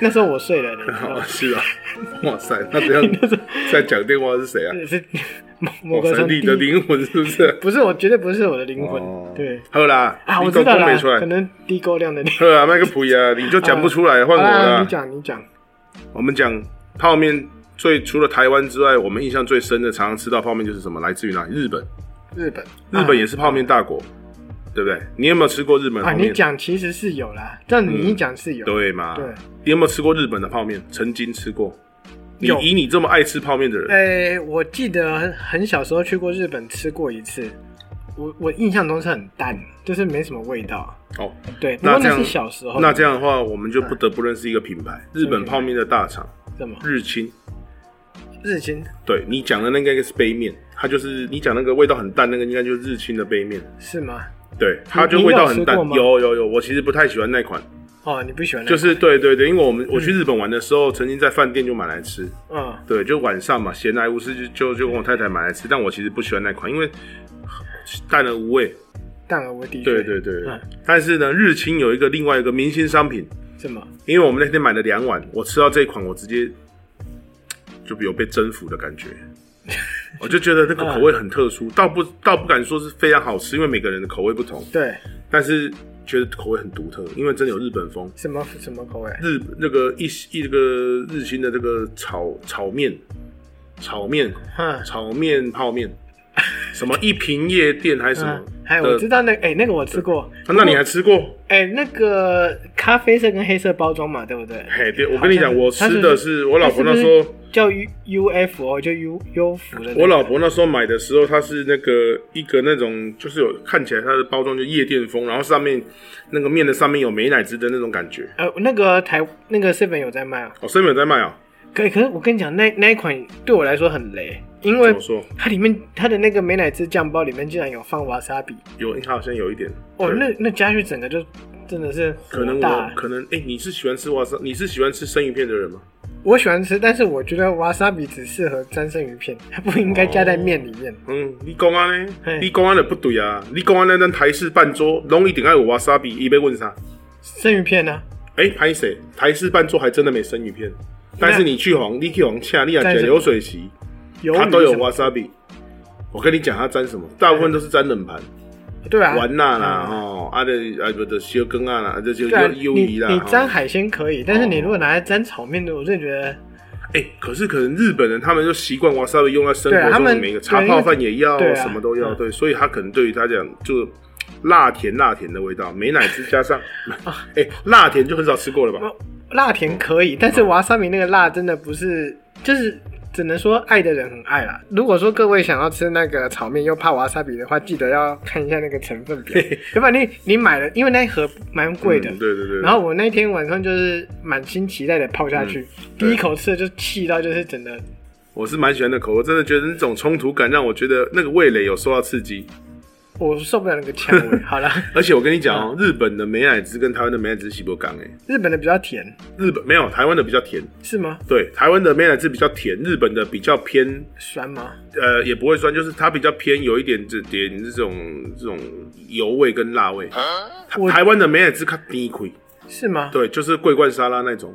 [SPEAKER 2] 那时候我睡了，你知道
[SPEAKER 1] (laughs) 哦
[SPEAKER 2] 吗？
[SPEAKER 1] 是啊， (laughs) 哇塞，那这
[SPEAKER 2] (laughs)
[SPEAKER 1] 样在讲电话是谁啊？
[SPEAKER 2] 是某 (laughs) 某
[SPEAKER 1] 哇
[SPEAKER 2] 个
[SPEAKER 1] 塞，
[SPEAKER 2] 上
[SPEAKER 1] 你哦
[SPEAKER 2] 帝，
[SPEAKER 1] 的灵魂是不是？
[SPEAKER 2] 不是我绝对不是我的 (laughs) 灵
[SPEAKER 1] 哦
[SPEAKER 2] 魂，对
[SPEAKER 1] 好啦，
[SPEAKER 2] 啊，
[SPEAKER 1] 你
[SPEAKER 2] 我
[SPEAKER 1] 都
[SPEAKER 2] 知道
[SPEAKER 1] 讲
[SPEAKER 2] 啦
[SPEAKER 1] 不出，来
[SPEAKER 2] 可能低沟量的你。
[SPEAKER 1] 好啊，卖个屁
[SPEAKER 2] (laughs)
[SPEAKER 1] 啊，你就讲不出来，换我
[SPEAKER 2] 啊，
[SPEAKER 1] 啦
[SPEAKER 2] 你。讲你讲，
[SPEAKER 1] 我们讲泡面最除了台湾之外，我们印象最深的，常常吃到泡面就是什么？来自于哪里？日本，
[SPEAKER 2] 日本
[SPEAKER 1] 日本也是泡面大国，对不对？你有没有吃过日本
[SPEAKER 2] 啊，
[SPEAKER 1] 泡
[SPEAKER 2] 哎你
[SPEAKER 1] 面？
[SPEAKER 2] 讲其实是有啦，但你一讲是有，
[SPEAKER 1] 对嘛？
[SPEAKER 2] 对
[SPEAKER 1] 嗯你有啊没有吃过日本的泡面？曾经吃过。你
[SPEAKER 2] 有
[SPEAKER 1] 以你这么爱吃泡面的人，
[SPEAKER 2] 哎、我记得很很小时候去过日本吃过一次，我我印象中是很淡，就是没什么味道。
[SPEAKER 1] 哦，
[SPEAKER 2] 对，不
[SPEAKER 1] 那
[SPEAKER 2] 过
[SPEAKER 1] 这
[SPEAKER 2] 那
[SPEAKER 1] 样
[SPEAKER 2] 是小时候。
[SPEAKER 1] 那这样的话，我们就不得不认识一个品牌——日本泡面的大厂
[SPEAKER 2] 什么
[SPEAKER 1] 日清。
[SPEAKER 2] 日清
[SPEAKER 1] 对你讲的那个应该是杯面，它就是你讲那个味道很淡，那个应该就是日清的杯面。
[SPEAKER 2] 是吗？
[SPEAKER 1] 对，它就
[SPEAKER 2] 你
[SPEAKER 1] 味道
[SPEAKER 2] 你有吃
[SPEAKER 1] 很淡
[SPEAKER 2] 过。吗
[SPEAKER 1] 有有有，我其实不太喜欢那款，
[SPEAKER 2] 哦，你不喜欢那个？
[SPEAKER 1] 就是对对对，因为我们我去日本玩的时候，曾经在饭店就买来吃，
[SPEAKER 2] 嗯，
[SPEAKER 1] 对，就晚上嘛，闲来无事就就就跟我太太买来吃，但我其实不喜欢那款，因为淡而无味。
[SPEAKER 2] 淡而无敌。
[SPEAKER 1] 对对对，对
[SPEAKER 2] 嗯，
[SPEAKER 1] 但是呢，日清有一个另外一个明星商品，
[SPEAKER 2] 什么？
[SPEAKER 1] 因为我们那天买了两碗，我吃到这一款，我直接就有被征服的感觉。我就觉得那个口味很特殊，倒不倒不敢说是非常好吃，因为每个人的口味不同，
[SPEAKER 2] 对，
[SPEAKER 1] 但是觉得口味很独特，因为真的有日本风。
[SPEAKER 2] 什么什么口味？
[SPEAKER 1] 日那个一一这个日清的这个炒炒面，炒面
[SPEAKER 2] 嗯
[SPEAKER 1] 炒面泡面， (laughs) 什么一平夜店还是什么
[SPEAKER 2] 嗯，？还有我知
[SPEAKER 1] 道、
[SPEAKER 2] 道那个，哎、那个我吃过。
[SPEAKER 1] 啊那你还吃过？
[SPEAKER 2] 哎、那个咖啡色跟黑色包装嘛，对不对？
[SPEAKER 1] 嘿，对，我跟你
[SPEAKER 2] 好
[SPEAKER 1] 讲，
[SPEAKER 2] 像
[SPEAKER 1] 我
[SPEAKER 2] 它
[SPEAKER 1] 吃
[SPEAKER 2] 是
[SPEAKER 1] 的是我老婆那时
[SPEAKER 2] 它是
[SPEAKER 1] 候
[SPEAKER 2] 不，是叫 U U F O，就 U U 福的那个、
[SPEAKER 1] 我老婆那时候买的时候，它是那个一个那种就是有看起来它的包装就夜店风，然后上面那个面的上面有美乃滋的那种感觉。
[SPEAKER 2] 呃，那个台那个 seven 有在卖啊，
[SPEAKER 1] 哦，生美有在卖啊？
[SPEAKER 2] 可以，可是我跟你讲，那那一款对我来说很雷，因为
[SPEAKER 1] 怎么说
[SPEAKER 2] 它里面它的那个美乃滋酱包里面竟然有放瓦萨比，
[SPEAKER 1] 有，它好像有一点。
[SPEAKER 2] 哦，
[SPEAKER 1] 对
[SPEAKER 2] 那那加下去整个就真的是
[SPEAKER 1] 可能
[SPEAKER 2] 火
[SPEAKER 1] 我
[SPEAKER 2] 大。
[SPEAKER 1] 可能哎、你是喜欢吃哇塞？你是喜欢吃生鱼片的人吗？
[SPEAKER 2] 我喜欢吃，但是我觉得瓦萨比只适合沾生鱼片，它不应该加在面里面。
[SPEAKER 1] 嗯，你讲安呢
[SPEAKER 2] 嘿？
[SPEAKER 1] 你讲安就不对啊！你讲安那咱台式半桌，拢一定爱有瓦萨比，伊要问啥？
[SPEAKER 2] 生鱼片呢、啊
[SPEAKER 1] 哎、拍谁？台式半桌还真的没生鱼片，但是你去红，你去红恰，你
[SPEAKER 2] 沾
[SPEAKER 1] 讲
[SPEAKER 2] 什么
[SPEAKER 1] 流水席，
[SPEAKER 2] 有
[SPEAKER 1] 它都有
[SPEAKER 2] 瓦
[SPEAKER 1] 瓦萨比。我跟你讲，它沾什么？大部分都是沾冷盘、
[SPEAKER 2] 对啊，
[SPEAKER 1] 丸呐啦，
[SPEAKER 2] 嗯
[SPEAKER 1] 哦，啊的啊不的小羹啊啦，这就
[SPEAKER 2] 对啊，
[SPEAKER 1] 就
[SPEAKER 2] 你
[SPEAKER 1] 鱿鱼啦。
[SPEAKER 2] 你
[SPEAKER 1] 哦
[SPEAKER 2] 沾海鲜可以，但是你如果拿来沾炒面的，我就觉得
[SPEAKER 1] 哎、可是可能日本人他们就习惯瓦萨比用在生
[SPEAKER 2] 对啊
[SPEAKER 1] 活
[SPEAKER 2] 他
[SPEAKER 1] 中的
[SPEAKER 2] 们
[SPEAKER 1] 每一个茶
[SPEAKER 2] 对
[SPEAKER 1] 泡饭也要，
[SPEAKER 2] 对啊
[SPEAKER 1] 什么都要，
[SPEAKER 2] 嗯
[SPEAKER 1] 对，所以他可能对于他讲就辣甜辣甜的味道，美乃滋加上，
[SPEAKER 2] 啊
[SPEAKER 1] (laughs) 哎、辣甜就很少吃过了
[SPEAKER 2] 哦
[SPEAKER 1] 吧？
[SPEAKER 2] 辣甜可以，但是瓦萨米那个辣真的不是，就是只能说爱的人很爱啦。如果说各位想要吃那个炒面又怕瓦萨比的话，记得要看一下那个成分
[SPEAKER 1] (laughs)
[SPEAKER 2] 表，要不然你你买了，因为那一盒蛮贵的。
[SPEAKER 1] 嗯对对对。
[SPEAKER 2] 然后我那天晚上就是满心期待的泡下去，
[SPEAKER 1] 嗯对
[SPEAKER 2] 第一口吃的就气到就是整个
[SPEAKER 1] 我是蛮喜欢那口，我真的觉得那种冲突感让我觉得那个味蕾有受到刺激。
[SPEAKER 2] 我受不了那个呛
[SPEAKER 1] (laughs)
[SPEAKER 2] 味。好了，
[SPEAKER 1] 而且我跟你讲哦，日本的美乃滋跟台湾的美乃滋喜不港哎，
[SPEAKER 2] 日本的比较甜，
[SPEAKER 1] 日本没有台湾的比较甜，
[SPEAKER 2] 是吗？
[SPEAKER 1] 对，台湾的美乃滋比较甜，日本的比较偏
[SPEAKER 2] 酸吗？
[SPEAKER 1] 呃也不会酸，就是它比较偏有一点这点这种这种油味跟辣味。台
[SPEAKER 2] 我
[SPEAKER 1] 台湾的美乃滋它低亏，
[SPEAKER 2] 是吗？
[SPEAKER 1] 对，就是桂冠沙拉那种，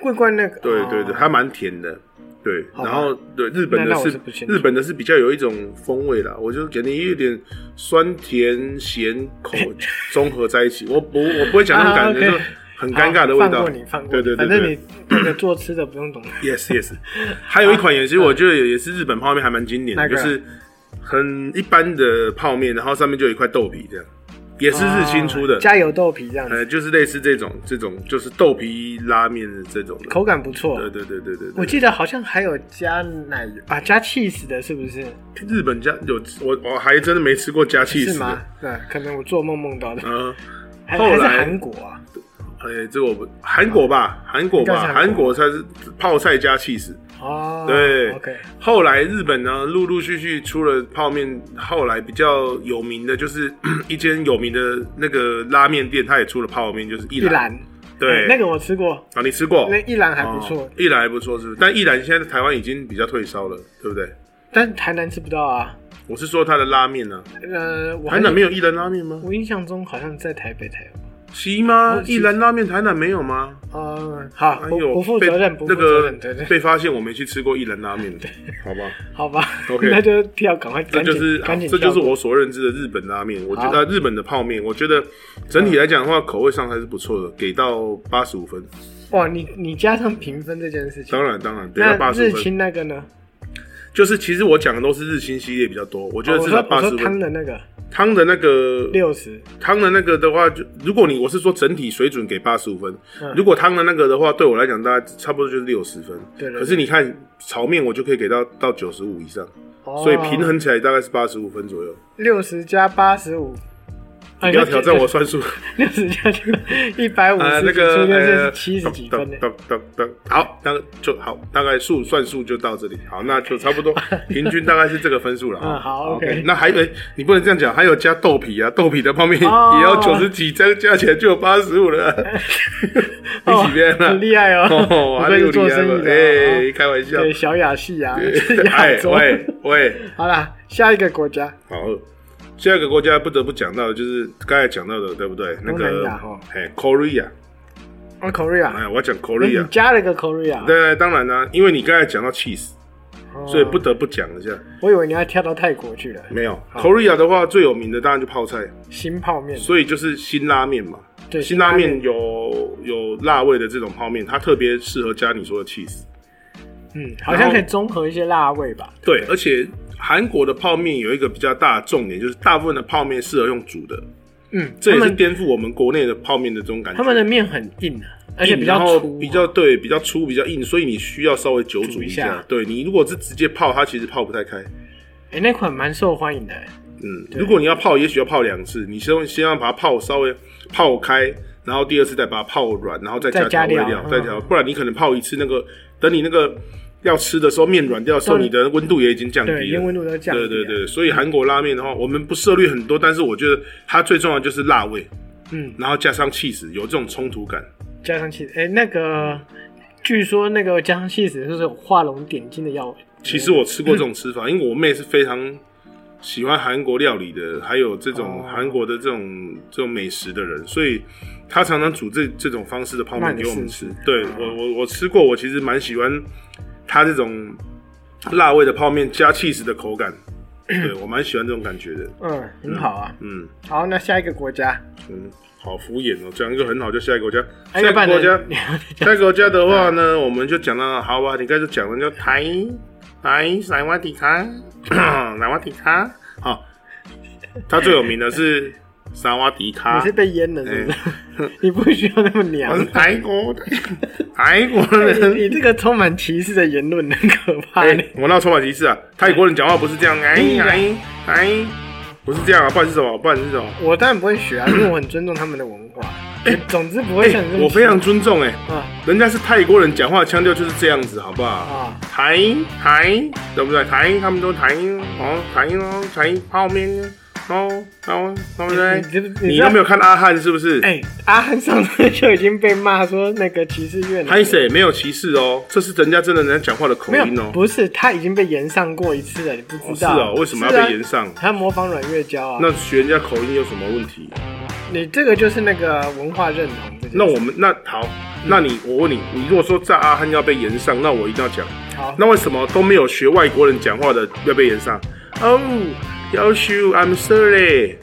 [SPEAKER 2] 桂冠那个，
[SPEAKER 1] 对
[SPEAKER 2] 哦
[SPEAKER 1] 对对，，它蛮甜的。对，
[SPEAKER 2] 好吧
[SPEAKER 1] 然后对日本
[SPEAKER 2] 那
[SPEAKER 1] 的
[SPEAKER 2] 那我
[SPEAKER 1] 是
[SPEAKER 2] 是不清楚
[SPEAKER 1] 日本的是比较有一种风味啦，我就觉得有点酸甜咸口综合在一起。 (laughs) 我我我不会讲那种
[SPEAKER 2] 啊
[SPEAKER 1] 感觉，
[SPEAKER 2] ，OK
[SPEAKER 1] 就很尴尬的味
[SPEAKER 2] 好放
[SPEAKER 1] 道。
[SPEAKER 2] 过你，放过
[SPEAKER 1] 对
[SPEAKER 2] 你，
[SPEAKER 1] 对对，
[SPEAKER 2] 反
[SPEAKER 1] 对
[SPEAKER 2] 正你那个做吃的不用懂。
[SPEAKER 1] Yes,
[SPEAKER 2] (laughs)
[SPEAKER 1] yes。还有一款也是，我觉得也是日本泡面还蛮经典
[SPEAKER 2] 嗯
[SPEAKER 1] 的，
[SPEAKER 2] 哪个
[SPEAKER 1] 就是很一般的泡面，然后上面就有一块豆皮这样，也是日清出的
[SPEAKER 2] 哦，加油豆皮这样
[SPEAKER 1] 呃，
[SPEAKER 2] 子，
[SPEAKER 1] 就是类似这种这种就是豆皮拉面的这种的。
[SPEAKER 2] 口感不错。
[SPEAKER 1] 对对对对对对，
[SPEAKER 2] 我记得好像还有加奶油啊，加 cheese 的，是不是？
[SPEAKER 1] 日本家有我我还真的没吃过加气
[SPEAKER 2] 是
[SPEAKER 1] 司的，
[SPEAKER 2] 吗？对，可能我做梦梦到的，
[SPEAKER 1] 嗯，
[SPEAKER 2] 还
[SPEAKER 1] 后
[SPEAKER 2] 还是
[SPEAKER 1] 来
[SPEAKER 2] 韩国啊？
[SPEAKER 1] 哎，这个我不韩国吧，韩国
[SPEAKER 2] 应该
[SPEAKER 1] 吧，
[SPEAKER 2] 是韩
[SPEAKER 1] 韩
[SPEAKER 2] 国
[SPEAKER 1] 国才是泡菜加气司。
[SPEAKER 2] 哦，
[SPEAKER 1] 对
[SPEAKER 2] ，OK，
[SPEAKER 1] 后来日本呢，陆陆续续出了泡面，后来比较有名的就是 (clears throat) 一间有名的那个拉面店，它也出了泡面，就是一
[SPEAKER 2] 一
[SPEAKER 1] 兰。
[SPEAKER 2] 兰，哎
[SPEAKER 1] 对，
[SPEAKER 2] 那个我吃过，
[SPEAKER 1] 啊，你吃过？
[SPEAKER 2] 那一兰还不错
[SPEAKER 1] 哦，一兰还不错，是不是？但一兰现在在台湾已经比较退烧了，对不对？
[SPEAKER 2] 但是台南吃不到啊。
[SPEAKER 1] 我是说它的拉面呢、
[SPEAKER 2] 呃，我
[SPEAKER 1] 台
[SPEAKER 2] 还
[SPEAKER 1] 南没有一兰拉面吗？
[SPEAKER 2] 我印象中好像在台北才有。
[SPEAKER 1] 是吗
[SPEAKER 2] 哦？是
[SPEAKER 1] 一兰拉面台南没有吗？
[SPEAKER 2] 嗯，好，
[SPEAKER 1] 哎
[SPEAKER 2] 不
[SPEAKER 1] 呦
[SPEAKER 2] 不负
[SPEAKER 1] 被
[SPEAKER 2] 责任，不负
[SPEAKER 1] 那
[SPEAKER 2] 责
[SPEAKER 1] 个
[SPEAKER 2] 任，对对，
[SPEAKER 1] 被发现我没去吃过一兰拉面，好
[SPEAKER 2] (laughs)
[SPEAKER 1] 吧？
[SPEAKER 2] 好吧
[SPEAKER 1] OK
[SPEAKER 2] 那就跳，赶快，
[SPEAKER 1] 这
[SPEAKER 2] 赶紧，
[SPEAKER 1] 就是
[SPEAKER 2] 赶紧
[SPEAKER 1] 这
[SPEAKER 2] 跳过，
[SPEAKER 1] 就是我所认知的日本拉面。我觉
[SPEAKER 2] 好
[SPEAKER 1] 得、呃日本的泡面，我觉得整体来讲的话，口味上还是不错的，给到八十五分。
[SPEAKER 2] 哇，你你加上评分这件事情
[SPEAKER 1] 当，然，当然，给到
[SPEAKER 2] 那
[SPEAKER 1] 八十
[SPEAKER 2] 日
[SPEAKER 1] 五分。
[SPEAKER 2] 清那个呢？
[SPEAKER 1] 就是其实我讲的都是日清系列比较多，我觉
[SPEAKER 2] 哦
[SPEAKER 1] 得
[SPEAKER 2] 我
[SPEAKER 1] 至
[SPEAKER 2] 说
[SPEAKER 1] 少
[SPEAKER 2] 我
[SPEAKER 1] 八十
[SPEAKER 2] 说
[SPEAKER 1] 分
[SPEAKER 2] 汤。的那个
[SPEAKER 1] 汤的那个
[SPEAKER 2] 六十，
[SPEAKER 1] 汤的那个的话，就如果你我是说整体水准给八十五分，
[SPEAKER 2] 嗯
[SPEAKER 1] 如果汤的那个的话，对我来讲大概差不多就是六十分。
[SPEAKER 2] 对对对
[SPEAKER 1] 可是你看炒面，我就可以给到到九十五以上，
[SPEAKER 2] 哦
[SPEAKER 1] 所以平衡起来大概是八十五分左右。
[SPEAKER 2] 六十加八十五，哎啊
[SPEAKER 1] 你不要挑战我算
[SPEAKER 2] (laughs)
[SPEAKER 1] 数。
[SPEAKER 2] 六十加一百五
[SPEAKER 1] 啊，
[SPEAKER 2] 十，
[SPEAKER 1] 那个
[SPEAKER 2] 是
[SPEAKER 1] 呃，
[SPEAKER 2] 七十几分呢。
[SPEAKER 1] 当当当当好，那个就好，大概数算数就到这里，好，那就差不
[SPEAKER 2] (laughs)
[SPEAKER 1] 多，平均大概是这个分数了。
[SPEAKER 2] 嗯好 OK
[SPEAKER 1] 那还有哎你不能这样讲，还有加豆皮啊，豆皮的泡面也 (laughs)
[SPEAKER 2] 哦
[SPEAKER 1] 要九十几，这样加起来就有八十五了，
[SPEAKER 2] 哦
[SPEAKER 1] (laughs) 你几边
[SPEAKER 2] 很
[SPEAKER 1] 了？
[SPEAKER 2] 厉
[SPEAKER 1] (laughs)
[SPEAKER 2] 害哦，
[SPEAKER 1] 哦，
[SPEAKER 2] 不
[SPEAKER 1] 啊还
[SPEAKER 2] 愧
[SPEAKER 1] 有
[SPEAKER 2] 是
[SPEAKER 1] 厉
[SPEAKER 2] 做
[SPEAKER 1] 害
[SPEAKER 2] 生
[SPEAKER 1] 了
[SPEAKER 2] 意，的
[SPEAKER 1] 哎，
[SPEAKER 2] 哦。
[SPEAKER 1] 开玩笑，
[SPEAKER 2] 对， (laughs) 小雅系啊，
[SPEAKER 1] (laughs) 哎
[SPEAKER 2] 亚洲。
[SPEAKER 1] 喂喂，
[SPEAKER 2] 好啦，下一个国家，
[SPEAKER 1] 好。下一个国家不得不讲到的就是刚才讲到的，对不对？那
[SPEAKER 2] 东南
[SPEAKER 1] 个
[SPEAKER 2] 亚哦，
[SPEAKER 1] 哎，Korea，
[SPEAKER 2] 哦，Korea，
[SPEAKER 1] 哎，我要讲
[SPEAKER 2] 那
[SPEAKER 1] Korea
[SPEAKER 2] 你。加了一个 Korea，
[SPEAKER 1] 对，当然啦、因为你刚才讲到 cheese，
[SPEAKER 2] 嗯哦
[SPEAKER 1] 所以不，得不讲一下。
[SPEAKER 2] 我以为你要跳到泰国去了。
[SPEAKER 1] 没有 Korea 的话，最有名的当然就泡菜，
[SPEAKER 2] 新泡面，
[SPEAKER 1] 所以就是辛拉面嘛。
[SPEAKER 2] 对，
[SPEAKER 1] 辛拉面有有辣味的这种泡面，它特别适合加你说的 cheese。
[SPEAKER 2] 嗯，好像可以综合一些辣味吧。
[SPEAKER 1] 对，而且韩国的泡面有一个比较大的重点，就是大部分的泡面适合用煮的，
[SPEAKER 2] 嗯，
[SPEAKER 1] 这
[SPEAKER 2] 他
[SPEAKER 1] 也是
[SPEAKER 2] 们
[SPEAKER 1] 颠覆我们国内的泡面的这种感觉。
[SPEAKER 2] 他们的面很硬啊，而且比较
[SPEAKER 1] 然后
[SPEAKER 2] 粗，啊
[SPEAKER 1] 比较对，比较粗，比较硬，所以你需要稍微久煮
[SPEAKER 2] 煮一
[SPEAKER 1] 一
[SPEAKER 2] 下
[SPEAKER 1] 下。对你如果是直接泡，它其实泡不太开。
[SPEAKER 2] 哎，那款蛮受欢迎的。哎
[SPEAKER 1] 嗯，如果你要泡，也许要泡两次，你先先要把它泡稍微泡开，然后第二次再把它泡软，然后再
[SPEAKER 2] 再加
[SPEAKER 1] 加调味
[SPEAKER 2] 料
[SPEAKER 1] 料，
[SPEAKER 2] 嗯
[SPEAKER 1] 再调，不然你可能泡一次那个，等你那个要吃的时候面软掉的时候，
[SPEAKER 2] 对
[SPEAKER 1] 你的温度也已经降低
[SPEAKER 2] 对，
[SPEAKER 1] 了，
[SPEAKER 2] 烟温度都降低
[SPEAKER 1] 对
[SPEAKER 2] 了。
[SPEAKER 1] 对对，所以韩国拉面的话，我们不涉略很多，但是我觉得它最重要的就是辣味，
[SPEAKER 2] 嗯，
[SPEAKER 1] 然后加上 cheese，有这种冲突感。
[SPEAKER 2] 加上气，哎，那个据说那个加上气死就是画龙点睛的药。
[SPEAKER 1] 其实我吃过这种吃法，因为我妹是非常喜欢韩国料理的，还有这种
[SPEAKER 2] 哦
[SPEAKER 1] 韩国的这种这种美食的人，所以她常常煮这这种方式的泡
[SPEAKER 2] 那
[SPEAKER 1] 面
[SPEAKER 2] 你
[SPEAKER 1] 给我们吃
[SPEAKER 2] 试试。
[SPEAKER 1] 对我我我吃过，我其实蛮喜欢她这种辣味的泡面加 cheese 的口感，对我蛮喜欢这种感觉的。
[SPEAKER 2] 嗯，很好啊。
[SPEAKER 1] 嗯
[SPEAKER 2] 好，那下一个国家，
[SPEAKER 1] 嗯，好敷衍哦，讲一个很好，就下一个国家，下
[SPEAKER 2] 哎
[SPEAKER 1] 一
[SPEAKER 2] 要不
[SPEAKER 1] 个
[SPEAKER 2] 然
[SPEAKER 1] 国家
[SPEAKER 2] 呢，你要
[SPEAKER 1] 下一个国家的话呢，我们就讲到好吧，你刚才就讲了叫台台塞瓦迪卡， (clears throat) 塞瓦迪卡，好，它最有名的是萨瓦迪卡，
[SPEAKER 2] (laughs) 你是被淹了是不
[SPEAKER 1] 哎
[SPEAKER 2] 是？你不需要那么
[SPEAKER 1] 我
[SPEAKER 2] 娘
[SPEAKER 1] 是。台国的 (laughs) 台国人。
[SPEAKER 2] 你这个充满歧视的言论很可怕
[SPEAKER 1] 哎、
[SPEAKER 2] 呢。
[SPEAKER 1] 我那充满歧视啊！泰国人讲话不是这样，哎哎哎，不是这样啊，不然是什么？不然是什么？
[SPEAKER 2] 我当然不会学啊，因为我很尊重他们的文化。总之不会
[SPEAKER 1] 哎、
[SPEAKER 2] 像你这么
[SPEAKER 1] 我非常尊重哎、
[SPEAKER 2] 啊
[SPEAKER 1] 人家是泰国人，讲话腔调就是这样子，好不好？
[SPEAKER 2] 啊，
[SPEAKER 1] 台台对不对？台他们都台哦，台哦，台泡面哦，那我那我
[SPEAKER 2] 你
[SPEAKER 1] 在
[SPEAKER 2] 你，知不
[SPEAKER 1] 你
[SPEAKER 2] 知道
[SPEAKER 1] 又没有看阿汉是不是？
[SPEAKER 2] 哎、阿汉上次就已经被骂说那个歧视越南
[SPEAKER 1] 拍，谁没有歧视哦，这是人家真的人家讲话的口
[SPEAKER 2] 没
[SPEAKER 1] 音
[SPEAKER 2] 有，
[SPEAKER 1] 哦。
[SPEAKER 2] 不是他已经被延上过一次了，你不
[SPEAKER 1] 哦
[SPEAKER 2] 知
[SPEAKER 1] 是
[SPEAKER 2] 道？
[SPEAKER 1] 哦，为什么要
[SPEAKER 2] 是啊
[SPEAKER 1] 被延上？
[SPEAKER 2] 他模仿阮月娇啊，
[SPEAKER 1] 那学人家口音有什么问题？
[SPEAKER 2] 你这个就是那个文化认同这件事。
[SPEAKER 1] 那我们那好，那你我问你，你如果说在阿汉要被延上，那我一定要讲。
[SPEAKER 2] 好，
[SPEAKER 1] 那为什么都没有学外国人讲话的要被延上？哦，要求 I'm sorry，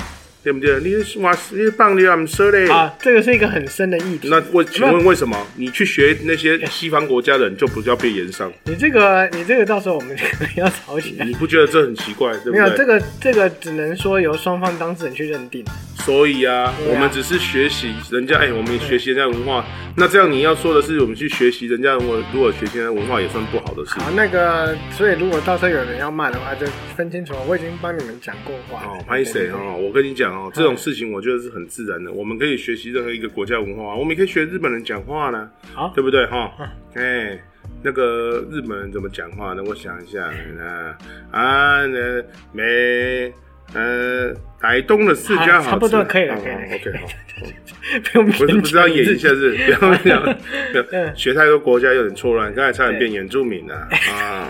[SPEAKER 1] 对不对？你是我你是棒的 I'm sorry。
[SPEAKER 2] 啊，这个是一个很深的议题。
[SPEAKER 1] 那为请问为什么你去学那些西方国家的人就不叫被延上？
[SPEAKER 2] 你这个，你这个到时候我们可 (laughs) 能要吵起来。
[SPEAKER 1] 你不觉得这很奇怪，对
[SPEAKER 2] 没有
[SPEAKER 1] 不
[SPEAKER 2] 这
[SPEAKER 1] 对？
[SPEAKER 2] 个，这个只能说由双方当事人去认定。
[SPEAKER 1] 所以啊，
[SPEAKER 2] 对啊
[SPEAKER 1] 我们只是学习人家，哎，我们也学习人家文化。那这样你要说的是，我们去学习人家文化，如果学习人家文化也算不好的事。
[SPEAKER 2] 好，那个，所以如果到时候有人要骂的话，就分清楚。我已经帮你们讲过话了
[SPEAKER 1] 哦，拍谁？
[SPEAKER 2] 哎
[SPEAKER 1] 哦？我跟你讲哦，这种事情我觉得是很自然的。我们可以学习任何一个国家文化，我们也可以学日本人讲话呢，
[SPEAKER 2] 好
[SPEAKER 1] 对不对哈？
[SPEAKER 2] 啊
[SPEAKER 1] 哎，那个日本人怎么讲话呢？我想一下啊啊，那没呃，台东的四家好吃，
[SPEAKER 2] 好差不多可以了
[SPEAKER 1] 哦
[SPEAKER 2] 可以了
[SPEAKER 1] 哦 OK，好，
[SPEAKER 2] 不用
[SPEAKER 1] 不是不是要演一下
[SPEAKER 2] (laughs)
[SPEAKER 1] 是，不要不要不要
[SPEAKER 2] 嗯
[SPEAKER 1] 学太多国家有点错乱，刚才差点变原住民了
[SPEAKER 2] (laughs)
[SPEAKER 1] 啊。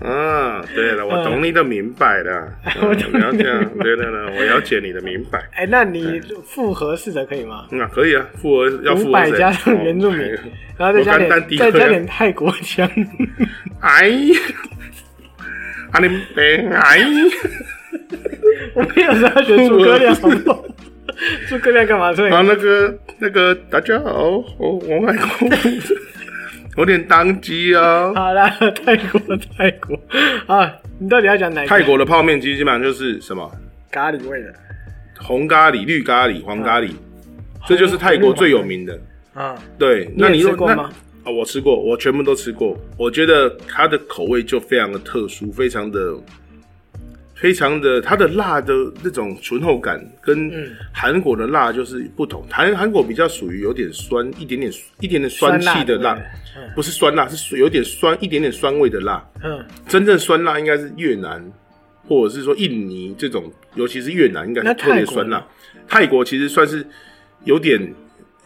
[SPEAKER 1] 啊，对了，我
[SPEAKER 2] 嗯
[SPEAKER 1] 懂你的明白
[SPEAKER 2] (laughs)
[SPEAKER 1] 了，嗯我了解，对了了，我了解你的明白。
[SPEAKER 2] 哎，那你复合式的可以吗？
[SPEAKER 1] 那可以啊，复合要复
[SPEAKER 2] 五
[SPEAKER 1] 合
[SPEAKER 2] 百
[SPEAKER 1] 谁？
[SPEAKER 2] 加上原住民
[SPEAKER 1] 哦，
[SPEAKER 2] 然后再加
[SPEAKER 1] 我干单第
[SPEAKER 2] 点
[SPEAKER 1] 一个
[SPEAKER 2] 再
[SPEAKER 1] 呀
[SPEAKER 2] 加点泰国腔， (laughs)
[SPEAKER 1] 哎呀，啊你别哎呀，
[SPEAKER 2] 我没有说要学诸葛亮，好不好？
[SPEAKER 1] (laughs)
[SPEAKER 2] 诸葛亮干嘛？所以
[SPEAKER 1] 然后啊那个那个大家好，我我外公 (laughs) 有点当机啊。
[SPEAKER 2] 好啦，泰国泰国啊，你到底要讲哪一个？
[SPEAKER 1] 泰国的泡面其实基本上就是什么
[SPEAKER 2] 咖喱味的
[SPEAKER 1] 红咖喱、绿咖喱、黄咖喱，这就是泰国最有名的。
[SPEAKER 2] 啊，
[SPEAKER 1] 对，那
[SPEAKER 2] 也
[SPEAKER 1] 你说
[SPEAKER 2] 吃过
[SPEAKER 1] 那
[SPEAKER 2] 吗
[SPEAKER 1] 啊，我吃过，我全部都吃过。我觉得它的口味就非常的特殊，非常的、非常的，它的辣的那种醇厚感跟韩国的辣就是不同。韩韩国比较属于有点酸，一点点一点点酸气的
[SPEAKER 2] 酸辣
[SPEAKER 1] 辣
[SPEAKER 2] 的味嗯，
[SPEAKER 1] 不是酸辣，是有点酸，一点点酸味的辣。
[SPEAKER 2] 嗯，
[SPEAKER 1] 真正酸辣应该是越南，或者是说印尼这种，尤其是越南应该
[SPEAKER 2] 那
[SPEAKER 1] 是特别
[SPEAKER 2] 泰国
[SPEAKER 1] 酸辣
[SPEAKER 2] 呢。
[SPEAKER 1] 泰国其实算是有点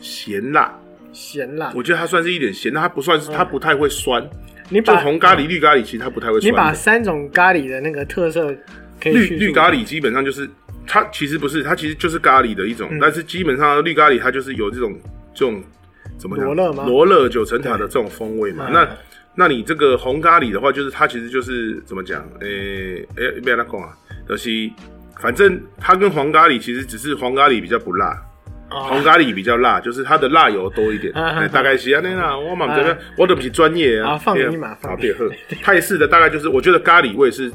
[SPEAKER 1] 咸辣。
[SPEAKER 2] 咸辣。
[SPEAKER 1] 我觉得它算是一点咸，但它不算是，它不太会酸。
[SPEAKER 2] 你
[SPEAKER 1] 就
[SPEAKER 2] 把
[SPEAKER 1] 红咖喱、绿咖喱，其实它不太会
[SPEAKER 2] 你把
[SPEAKER 1] 酸。
[SPEAKER 2] 三种咖喱的那个特色可以
[SPEAKER 1] 绿
[SPEAKER 2] 叙述
[SPEAKER 1] 绿咖喱基本上就是它其实不是，它其实就是咖喱的一种，
[SPEAKER 2] 嗯
[SPEAKER 1] 但是基本上绿咖喱它就是有这种这种怎么讲
[SPEAKER 2] 罗勒吗
[SPEAKER 1] 罗勒九层塔的这种风味嘛。那那你这个红咖喱的话，就是它其实就是怎么讲？诶、诶，不要那讲啊，就是反正它跟黄咖喱其实只是黄咖喱比较不辣。红
[SPEAKER 2] 哦，
[SPEAKER 1] 咖喱比较辣，就是它的辣油多一点，
[SPEAKER 2] 啊
[SPEAKER 1] 哎大概是安尼啦。我嘛这边我都不是专业
[SPEAKER 2] 啊
[SPEAKER 1] 啊，
[SPEAKER 2] 放你
[SPEAKER 1] 对啊
[SPEAKER 2] 嘛放
[SPEAKER 1] 好
[SPEAKER 2] 你
[SPEAKER 1] 别喝。泰式的大概就是，我觉得咖喱味是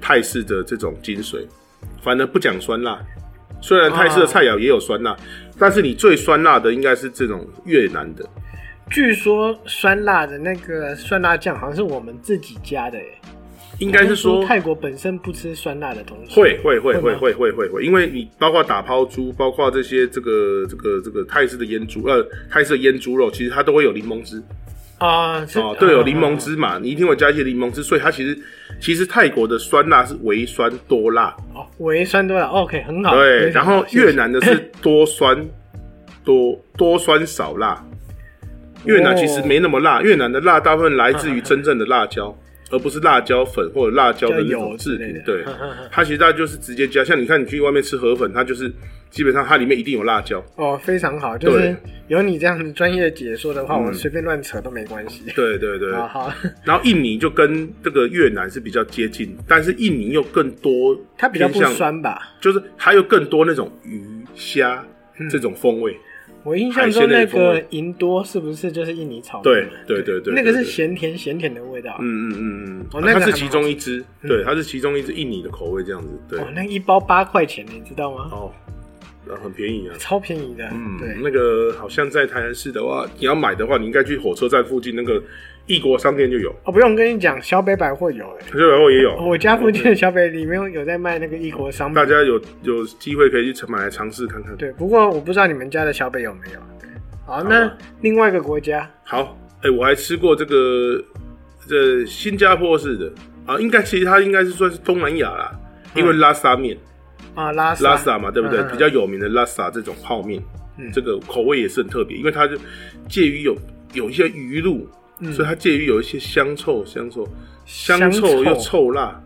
[SPEAKER 1] 泰式的这种精髓，反而不讲酸辣。虽然泰式的菜肴也有酸辣，但是你最酸辣的应该是这种越南的。
[SPEAKER 2] 据说酸辣的那个酸辣酱好像是我们自己加的耶，
[SPEAKER 1] 应该是说
[SPEAKER 2] 听泰国本身不吃酸辣的东西，
[SPEAKER 1] 会会会
[SPEAKER 2] 会
[SPEAKER 1] 会
[SPEAKER 2] 吗
[SPEAKER 1] 会会会会，因为你包括打抛猪，包括这些这个这个这个泰式的腌猪，呃，泰式的腌猪肉，其实它都会有柠檬汁。
[SPEAKER 2] 啊，是
[SPEAKER 1] 哦，对，有柠檬汁嘛，你一定会加一些柠檬汁，所以它其实其实泰国的酸辣是微酸多辣，
[SPEAKER 2] 哦，微酸多了，OK，很好。
[SPEAKER 1] 对，
[SPEAKER 2] 非
[SPEAKER 1] 然
[SPEAKER 2] 常好
[SPEAKER 1] 后越南的是多酸多多酸少辣，越南其实没那么辣，越南的辣大部分来自于真正的辣椒。而不是辣椒粉或者辣椒的那
[SPEAKER 2] 叫
[SPEAKER 1] 种
[SPEAKER 2] 油
[SPEAKER 1] 制
[SPEAKER 2] 之类
[SPEAKER 1] 品
[SPEAKER 2] 的， (laughs)
[SPEAKER 1] 对，它其实大家就是直接加。像你看，你去外面吃河粉，它就是基本上它里面一定有辣椒，
[SPEAKER 2] 哦，非常好，就是
[SPEAKER 1] 对
[SPEAKER 2] 有你这样子专业解说的话，我随便乱扯都没关系。啊
[SPEAKER 1] 对对对。
[SPEAKER 2] 好 (laughs) 好，
[SPEAKER 1] 然后印尼就跟这个越南是比较接近，但是印尼又更多，
[SPEAKER 2] 它比较不
[SPEAKER 1] 偏向
[SPEAKER 2] 酸吧？
[SPEAKER 1] 就是还有更多那种鱼虾这种风味。
[SPEAKER 2] 我印象中那个银多是不是就是印尼草莓？
[SPEAKER 1] 对对对对，
[SPEAKER 2] 那个是
[SPEAKER 1] 对。
[SPEAKER 2] 咸甜咸甜的味道。
[SPEAKER 1] 嗯嗯嗯嗯，
[SPEAKER 2] 哦那
[SPEAKER 1] 它
[SPEAKER 2] 个还
[SPEAKER 1] 是
[SPEAKER 2] 蛮
[SPEAKER 1] 其
[SPEAKER 2] 好
[SPEAKER 1] 中一只，对，它是其中一只印尼的口味这样子，对
[SPEAKER 2] 哦，，那一包八块钱，你知道吗？
[SPEAKER 1] 哦，呃很便宜啊。
[SPEAKER 2] 超便宜的。嗯对
[SPEAKER 1] 嗯，。那个好像在台南市的话，你要买的话，你应该去火车站附近那个异国商店就有，
[SPEAKER 2] 哦，不用跟你讲，小北百货有哎，
[SPEAKER 1] 可是然后也有。
[SPEAKER 2] 我家附近的小北里面有在卖那个异国商
[SPEAKER 1] 大
[SPEAKER 2] 品。
[SPEAKER 1] 家有有机会可以去买来尝试看看。
[SPEAKER 2] 对，不过我不知道你们家的小北有没有。对好，那
[SPEAKER 1] 啊
[SPEAKER 2] 另外一个国家，
[SPEAKER 1] 好，哎、我还吃过这个这嗯新加坡式的啊，应该其实它应该是算是东南亚啦，因为拉沙面，
[SPEAKER 2] 啊，拉萨
[SPEAKER 1] 拉萨嘛，对不对？
[SPEAKER 2] 嗯嗯嗯
[SPEAKER 1] 比较有名的拉萨这种泡面，
[SPEAKER 2] 嗯
[SPEAKER 1] 这个口味也是很特别，因为它就介于有有一些鱼露，
[SPEAKER 2] 嗯
[SPEAKER 1] 所以它介于有一些香臭、香臭、香臭又臭辣，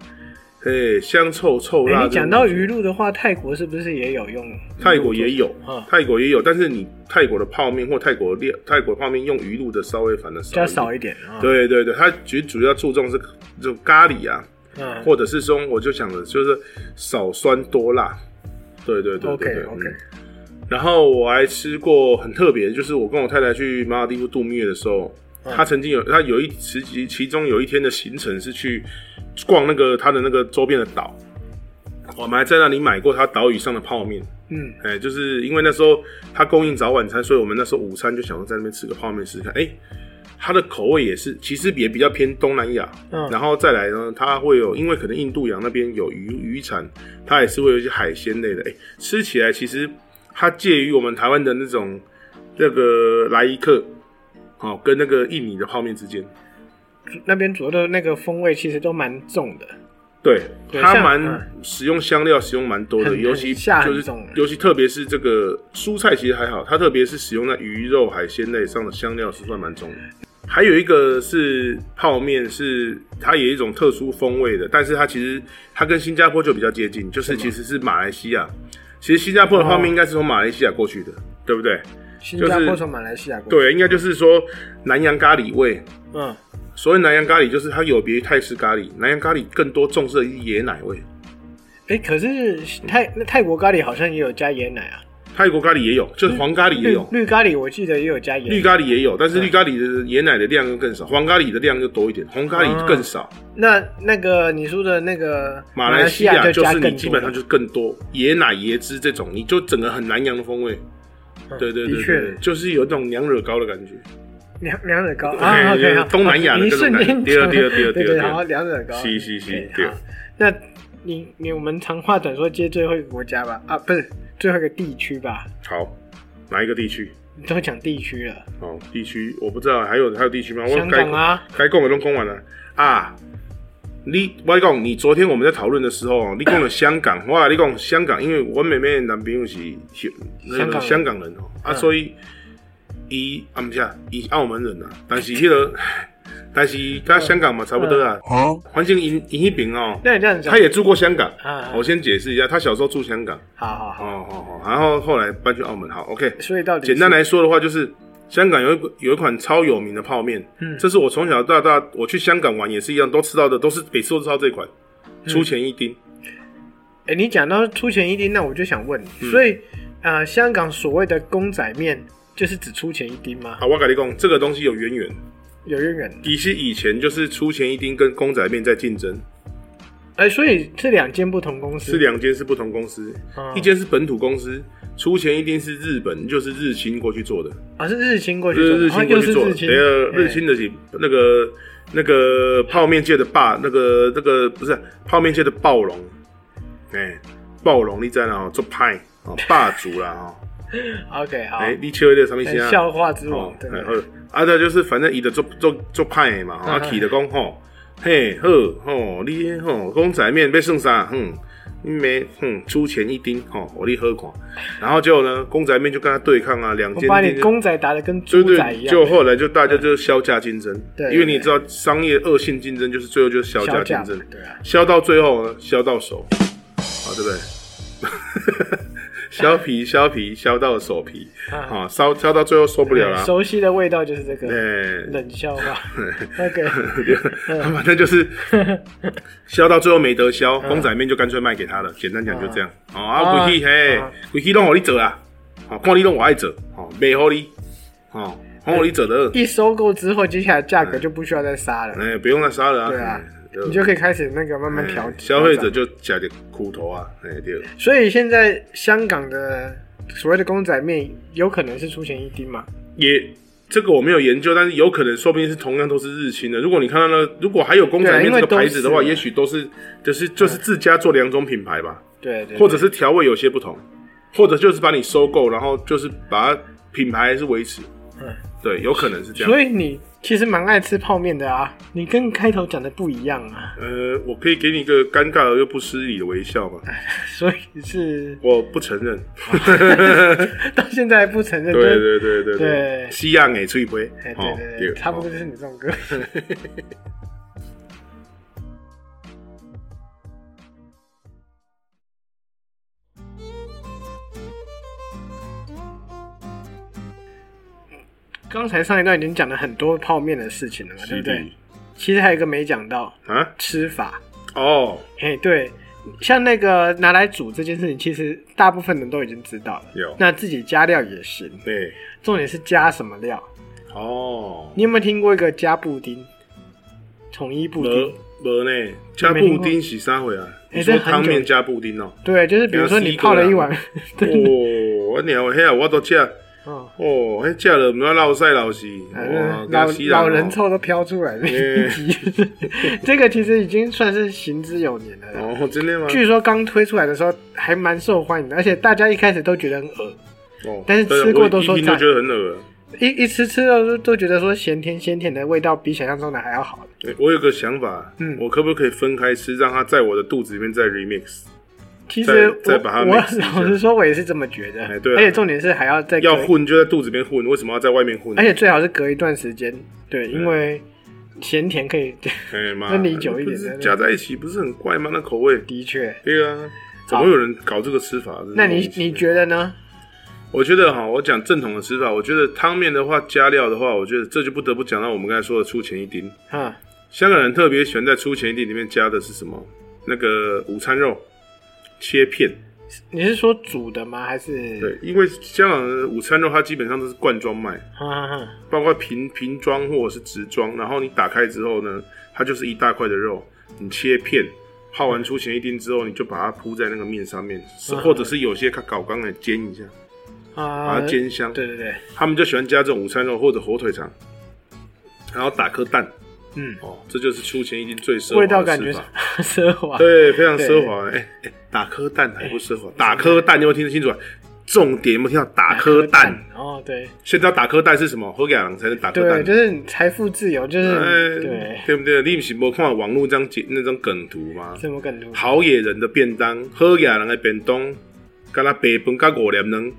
[SPEAKER 1] 哎，香臭臭
[SPEAKER 2] 嗯哎
[SPEAKER 1] 辣。
[SPEAKER 2] 你讲到鱼，露的话，泰国是不是也有用？
[SPEAKER 1] 泰国也有
[SPEAKER 2] 嗯，
[SPEAKER 1] 泰国也有，但是你泰国的泡面或泰国的料，泰国泡面用鱼露的稍微反而
[SPEAKER 2] 比较
[SPEAKER 1] 少
[SPEAKER 2] 少
[SPEAKER 1] 一点。
[SPEAKER 2] 一点啊。，
[SPEAKER 1] 对对对，它其实主要注重是就咖喱啊，
[SPEAKER 2] 嗯
[SPEAKER 1] 或者是说，我就想的就是少酸多辣。对对对对
[SPEAKER 2] ，OK
[SPEAKER 1] 对
[SPEAKER 2] OK，
[SPEAKER 1] 嗯然后我还吃过很特别的，就是我跟我太太去马尔地夫度蜜月的时候，
[SPEAKER 2] 嗯
[SPEAKER 1] 她曾经有她有一时期，其中有一天的行程是去逛那个她的那个周边的岛，我们还在那里买过她岛屿上的泡面。
[SPEAKER 2] 嗯，
[SPEAKER 1] 哎、就是因为那时候他供应早晚餐，所以我们那时候午餐就想说在那边吃个泡面试试看。哎、它的口味也是，其实也比较偏东南亚。
[SPEAKER 2] 嗯
[SPEAKER 1] 然后再来呢，它会有，因为可能印度洋那边有鱼渔产，它也是会有一些海鲜类的。哎、吃起来其实它介于我们台湾的那种那个来一克，哦，跟那个印尼的泡面之间。
[SPEAKER 2] 那边煮的那个风味其实都蛮重的。
[SPEAKER 1] 对，
[SPEAKER 2] 对
[SPEAKER 1] 它
[SPEAKER 2] 像
[SPEAKER 1] 蛮
[SPEAKER 2] 嗯
[SPEAKER 1] 使用香料使用蛮多的，
[SPEAKER 2] 很
[SPEAKER 1] 尤其
[SPEAKER 2] 很下很
[SPEAKER 1] 就是
[SPEAKER 2] 重
[SPEAKER 1] 尤其特别是这个蔬菜其实还好，它特别是使用在鱼肉海鲜类上的香料是算蛮重的。还有一个是泡面，是它也有一种特殊风味的，但是它其实它跟新加坡就比较接近，就是其实是马来西亚。其实新加坡的泡面应该是从马来西亚过去的，对不对？
[SPEAKER 2] 新加
[SPEAKER 1] 就
[SPEAKER 2] 坡
[SPEAKER 1] 是
[SPEAKER 2] 从马来西亚过去，
[SPEAKER 1] 对，应该就是说南洋咖喱味。
[SPEAKER 2] 嗯，
[SPEAKER 1] 所谓南洋咖喱，就是它有别于泰式咖喱，南洋咖喱更多重视的是椰奶味。
[SPEAKER 2] 哎，可是泰那泰国咖喱好像也有加椰奶啊，
[SPEAKER 1] 泰国咖喱也有，就是黄咖喱也
[SPEAKER 2] 绿
[SPEAKER 1] 有，
[SPEAKER 2] 绿咖喱我记得也有加椰
[SPEAKER 1] 绿
[SPEAKER 2] 奶。
[SPEAKER 1] 咖喱也有，但是绿咖喱的椰奶的量就更少，黄咖喱的量就多一点，红咖喱更少。
[SPEAKER 2] 那那个你说的那个
[SPEAKER 1] 马
[SPEAKER 2] 来
[SPEAKER 1] 来西亚就
[SPEAKER 2] 加
[SPEAKER 1] 是
[SPEAKER 2] 更多
[SPEAKER 1] 你基本上就是更多椰奶、椰汁这种，你就整个很南洋的风味。
[SPEAKER 2] 嗯
[SPEAKER 1] 对对
[SPEAKER 2] 的
[SPEAKER 1] 对对，
[SPEAKER 2] 确
[SPEAKER 1] 就是有一种娘惹糕的感觉。
[SPEAKER 2] 两两者高
[SPEAKER 1] 哎
[SPEAKER 2] 啊，OK，好
[SPEAKER 1] 东南亚的
[SPEAKER 2] 你一
[SPEAKER 1] 这种
[SPEAKER 2] 瞬
[SPEAKER 1] 感觉
[SPEAKER 2] 间
[SPEAKER 1] 对对对对
[SPEAKER 2] 对
[SPEAKER 1] 对对
[SPEAKER 2] 好两者高，
[SPEAKER 1] 是是是
[SPEAKER 2] OK，
[SPEAKER 1] 对
[SPEAKER 2] 好那你你我们长话短说接最后一个国家吧，啊，不是最后一个地区吧？
[SPEAKER 1] 好，哪一个地区？
[SPEAKER 2] 你都讲地区了，
[SPEAKER 1] 哦，地区我不知道，还有还有地区吗？我
[SPEAKER 2] 香港啊，
[SPEAKER 1] 该供的都供完了啊。你我跟你讲，你昨天我们在讨论的时 (coughs) 候，你讲了香港，我跟你讲香港，因为我妹妹的男朋友是是那
[SPEAKER 2] 香港
[SPEAKER 1] 个
[SPEAKER 2] 人
[SPEAKER 1] 香港人哦、啊，
[SPEAKER 2] 嗯
[SPEAKER 1] 所以伊啊不是啊，伊澳门人啊，但是迄、那 (coughs) 个，但是跟香港嘛差不多啊，环境因因迄边哦，
[SPEAKER 2] 那你这样讲
[SPEAKER 1] 他，也住过香港
[SPEAKER 2] 嗯嗯，
[SPEAKER 1] 我先解释一下，他小时候住香港，
[SPEAKER 2] 好好好，
[SPEAKER 1] 哦哦哦，然后后来搬去澳门，好，OK，
[SPEAKER 2] 所以到底
[SPEAKER 1] 简单
[SPEAKER 2] 是
[SPEAKER 1] 来说的话，就是香港有一有一款超有名的泡面，
[SPEAKER 2] 嗯
[SPEAKER 1] 这是我从小到大我去香港玩也是一样，都吃到的都是每次都吃到这款，
[SPEAKER 2] 嗯
[SPEAKER 1] 出前一丁。
[SPEAKER 2] 哎、你讲到出钱一丁，那我就想问，
[SPEAKER 1] 嗯
[SPEAKER 2] 所以啊、呃香港所谓的公仔面就是只出钱一丁吗？
[SPEAKER 1] 啊，我跟你讲，这个东西有渊源，
[SPEAKER 2] 有渊源？
[SPEAKER 1] 其实以前就是出前一丁跟公仔面在竞争，
[SPEAKER 2] 哎、所以是两间不同公司，
[SPEAKER 1] 是两间是不同公司，
[SPEAKER 2] 哦
[SPEAKER 1] 一间是本土公司，出前一丁是日本，就是日清过去做的，
[SPEAKER 2] 啊，是日清过去
[SPEAKER 1] 就
[SPEAKER 2] 做
[SPEAKER 1] 是
[SPEAKER 2] 的，
[SPEAKER 1] 日
[SPEAKER 2] 啊
[SPEAKER 1] 清
[SPEAKER 2] 又
[SPEAKER 1] 过
[SPEAKER 2] 是
[SPEAKER 1] 去做的，第
[SPEAKER 2] 日清，
[SPEAKER 1] 二
[SPEAKER 2] 哎
[SPEAKER 1] 日清的是那个那个泡面界的霸，那个那个不是啊泡面界的暴龙，哎、暴龙你知道哦，做派哦，霸主啦哦，
[SPEAKER 2] OK 好，
[SPEAKER 1] 哎、你笑的什么意思
[SPEAKER 2] 哎
[SPEAKER 1] 啊？
[SPEAKER 2] 笑话之
[SPEAKER 1] 哦
[SPEAKER 2] 王，，对不
[SPEAKER 1] 哎
[SPEAKER 2] 对
[SPEAKER 1] 好啊，对，就是反正伊的做做做派的嘛，吼啊，
[SPEAKER 2] 嗯
[SPEAKER 1] 起的讲吼，嘿好吼，你吼公仔面要算啥？嗯，你没嗯出钱一丁吼，我你喝看，然后结果呢，公仔面就跟他对抗啊，两
[SPEAKER 2] 我
[SPEAKER 1] 间
[SPEAKER 2] 把
[SPEAKER 1] 店
[SPEAKER 2] 你
[SPEAKER 1] 就
[SPEAKER 2] 公仔打得跟
[SPEAKER 1] 对
[SPEAKER 2] 猪仔一
[SPEAKER 1] 对，
[SPEAKER 2] 样，嗯
[SPEAKER 1] 就后来就大家就削价竞争，
[SPEAKER 2] 对对
[SPEAKER 1] 因为你知道商业恶性竞争就是最后就是削价
[SPEAKER 2] 小价
[SPEAKER 1] 竞
[SPEAKER 2] 嘛
[SPEAKER 1] 争，，
[SPEAKER 2] 对啊，
[SPEAKER 1] 削到最后呢，削到手，啊，对不 (laughs) 对？削皮削皮削到手皮，
[SPEAKER 2] 啊
[SPEAKER 1] 啊，烧削到最后受不了了，
[SPEAKER 2] 熟悉的味道就是这个
[SPEAKER 1] 哎，
[SPEAKER 2] 冷笑话，OK，
[SPEAKER 1] (laughs) 反正
[SPEAKER 2] (laughs)
[SPEAKER 1] 就是削到最后没得削，公仔面就干脆卖给他了，简单讲就这样。哦，啊，
[SPEAKER 2] 嗯啊
[SPEAKER 1] 鬼去嘿
[SPEAKER 2] 啊，
[SPEAKER 1] 鬼去弄我你做啊，啊，看你弄我爱做，哦，没好你，哦，好你做的，
[SPEAKER 2] 一收购之后，接下来价格就不需要再杀了，
[SPEAKER 1] 哎，不用再杀了啊，
[SPEAKER 2] 对啊
[SPEAKER 1] 哎对
[SPEAKER 2] 你就可以开始那个慢慢调
[SPEAKER 1] 哎消费者
[SPEAKER 2] 调
[SPEAKER 1] 就
[SPEAKER 2] 整
[SPEAKER 1] 吃点苦头啊，哎对，
[SPEAKER 2] 所以现在香港的所谓的公仔面，有可能是出钱一丁嘛？
[SPEAKER 1] 也这个我没有研究，但是有可能说不定是同样都是日清的。如果你看到那个如果还有公仔面
[SPEAKER 2] 对啊因为
[SPEAKER 1] 这个牌子的话，
[SPEAKER 2] 都是
[SPEAKER 1] 也许都是就是就是自家做两种品牌吧，
[SPEAKER 2] 对对，对
[SPEAKER 1] 或者是调味有些不同，或者就是把你收购，然后就是把它品牌还是维持。
[SPEAKER 2] 嗯
[SPEAKER 1] 对，有可能是这样。
[SPEAKER 2] 所以你其实蛮爱吃泡面的啊，你跟开头讲的不一样啊， (laughs)
[SPEAKER 1] 呃，我可以给你一个尴尬而又不失礼的微笑吗？
[SPEAKER 2] 哎所以是
[SPEAKER 1] 我不承认。
[SPEAKER 2] 到现在还不承
[SPEAKER 1] (laughs)
[SPEAKER 2] 认，
[SPEAKER 1] 对
[SPEAKER 2] 就是
[SPEAKER 1] 对对对
[SPEAKER 2] 啊对
[SPEAKER 1] 西亚给吹杯
[SPEAKER 2] 哎，，
[SPEAKER 1] 哦
[SPEAKER 2] 对对对，差不多就是你这种歌。 (laughs) 刚才上一段已经讲了很多泡面的事情了嘛，对
[SPEAKER 1] 是
[SPEAKER 2] 不
[SPEAKER 1] 的
[SPEAKER 2] 对？其实还有一个没讲到
[SPEAKER 1] 啊，
[SPEAKER 2] 吃法，
[SPEAKER 1] 哦，
[SPEAKER 2] 哎，对，像那个拿来煮这件事情，其实大部分人都已经知道了。
[SPEAKER 1] 有
[SPEAKER 2] 那自己加料也行，
[SPEAKER 1] 对，
[SPEAKER 2] 重点是加什么料。
[SPEAKER 1] 哦，
[SPEAKER 2] 你有没有听过一个加布丁？统一布
[SPEAKER 1] 没
[SPEAKER 2] 丁，
[SPEAKER 1] 没呢，加布丁洗三回啊？
[SPEAKER 2] 哎
[SPEAKER 1] 你说
[SPEAKER 2] 这很久
[SPEAKER 1] 汤面加布丁哦？
[SPEAKER 2] 对，就是比如说你泡了一碗，
[SPEAKER 1] (laughs)
[SPEAKER 2] 对，
[SPEAKER 1] 哦，我娘，我嘿，我都吃，啊
[SPEAKER 2] 哦，
[SPEAKER 1] 哦，嘿，吃了不要落塞老死，
[SPEAKER 2] 反
[SPEAKER 1] 哇
[SPEAKER 2] 正，
[SPEAKER 1] 跟
[SPEAKER 2] 哎老
[SPEAKER 1] 死
[SPEAKER 2] 老
[SPEAKER 1] 哦
[SPEAKER 2] 人臭都飘出来了，
[SPEAKER 1] 哎
[SPEAKER 2] (laughs)
[SPEAKER 1] (laughs)
[SPEAKER 2] 一集。这个其实已经算是行之有年了。
[SPEAKER 1] 哦，真的吗？
[SPEAKER 2] 据说刚推出来的时候还蛮受欢迎的，而且大家一开始都觉得很恶
[SPEAKER 1] 哦
[SPEAKER 2] 但是
[SPEAKER 1] 对
[SPEAKER 2] 吃过
[SPEAKER 1] 我
[SPEAKER 2] 都说
[SPEAKER 1] 一听就
[SPEAKER 2] 赞
[SPEAKER 1] 觉得很恶
[SPEAKER 2] 一一吃吃了都都觉得说咸甜咸甜的味道比想象中的还要好。
[SPEAKER 1] 欸我有个想法，
[SPEAKER 2] 嗯
[SPEAKER 1] 我可不可以分开吃，让它在我的肚子里面再 remix？
[SPEAKER 2] 其实我
[SPEAKER 1] 再再把它
[SPEAKER 2] 我
[SPEAKER 1] mix 一下
[SPEAKER 2] 老实说，我也是这么觉得
[SPEAKER 1] 哎。对啊
[SPEAKER 2] 而且重点是还要再
[SPEAKER 1] 要
[SPEAKER 2] 隔一
[SPEAKER 1] 混就在肚子里面混，为什么要在外面混？
[SPEAKER 2] 而且最好是隔一段时间，对，因为咸甜可以，
[SPEAKER 1] 哎妈，
[SPEAKER 2] 分离久一点
[SPEAKER 1] 不是
[SPEAKER 2] 对，
[SPEAKER 1] 夹在一起不是很怪吗？那口味
[SPEAKER 2] 的确。
[SPEAKER 1] 对啊，怎么会有人搞这个吃法？真是
[SPEAKER 2] 那
[SPEAKER 1] 莫
[SPEAKER 2] 你
[SPEAKER 1] 名其妙
[SPEAKER 2] 你觉得呢？
[SPEAKER 1] 我觉得哈，我讲正统的吃法，我觉得汤面的话加料的话，我觉得这就不得不讲到我们刚才说的出前一丁。
[SPEAKER 2] 嗯，
[SPEAKER 1] 香港人特别喜欢在出前一丁里面加的是什么？那个午餐肉切片。
[SPEAKER 2] 你是说煮的吗？还是
[SPEAKER 1] 对，因为香港的午餐肉它基本上都是罐装卖，
[SPEAKER 2] 哈哈哈，
[SPEAKER 1] 包括瓶瓶装或者是直装，然后你打开之后呢，它就是一大块的肉，你切片，泡完出前一丁之后，你就把它铺在那个面上面，是
[SPEAKER 2] 嗯
[SPEAKER 1] 或者是有些它搞刚来煎一下，把
[SPEAKER 2] 啊？
[SPEAKER 1] 它煎香。
[SPEAKER 2] 对对对，
[SPEAKER 1] 他们就喜欢加这种午餐肉或者火腿肠，然后打颗蛋，
[SPEAKER 2] 嗯，
[SPEAKER 1] 哦，这就是出前一丁最奢华的
[SPEAKER 2] 味道感觉
[SPEAKER 1] 吃
[SPEAKER 2] 是
[SPEAKER 1] 法
[SPEAKER 2] (laughs) 奢华。
[SPEAKER 1] 对，非常奢华。哎、哎打颗蛋还不
[SPEAKER 2] 哎
[SPEAKER 1] 奢华，打颗蛋你有没有听得清楚啊？重点有没有听到打颗蛋？，
[SPEAKER 2] 哦，对
[SPEAKER 1] 现在要打颗蛋是什么？喝给人才能打颗
[SPEAKER 2] 对，
[SPEAKER 1] 蛋。
[SPEAKER 2] 就是你财富自由，就
[SPEAKER 1] 哎
[SPEAKER 2] 是对，
[SPEAKER 1] 对不对？你不是没看网络张那张梗图吗？
[SPEAKER 2] 什么梗图？
[SPEAKER 1] 好野人的便当，好野人的便当，跟他白饭加五粒能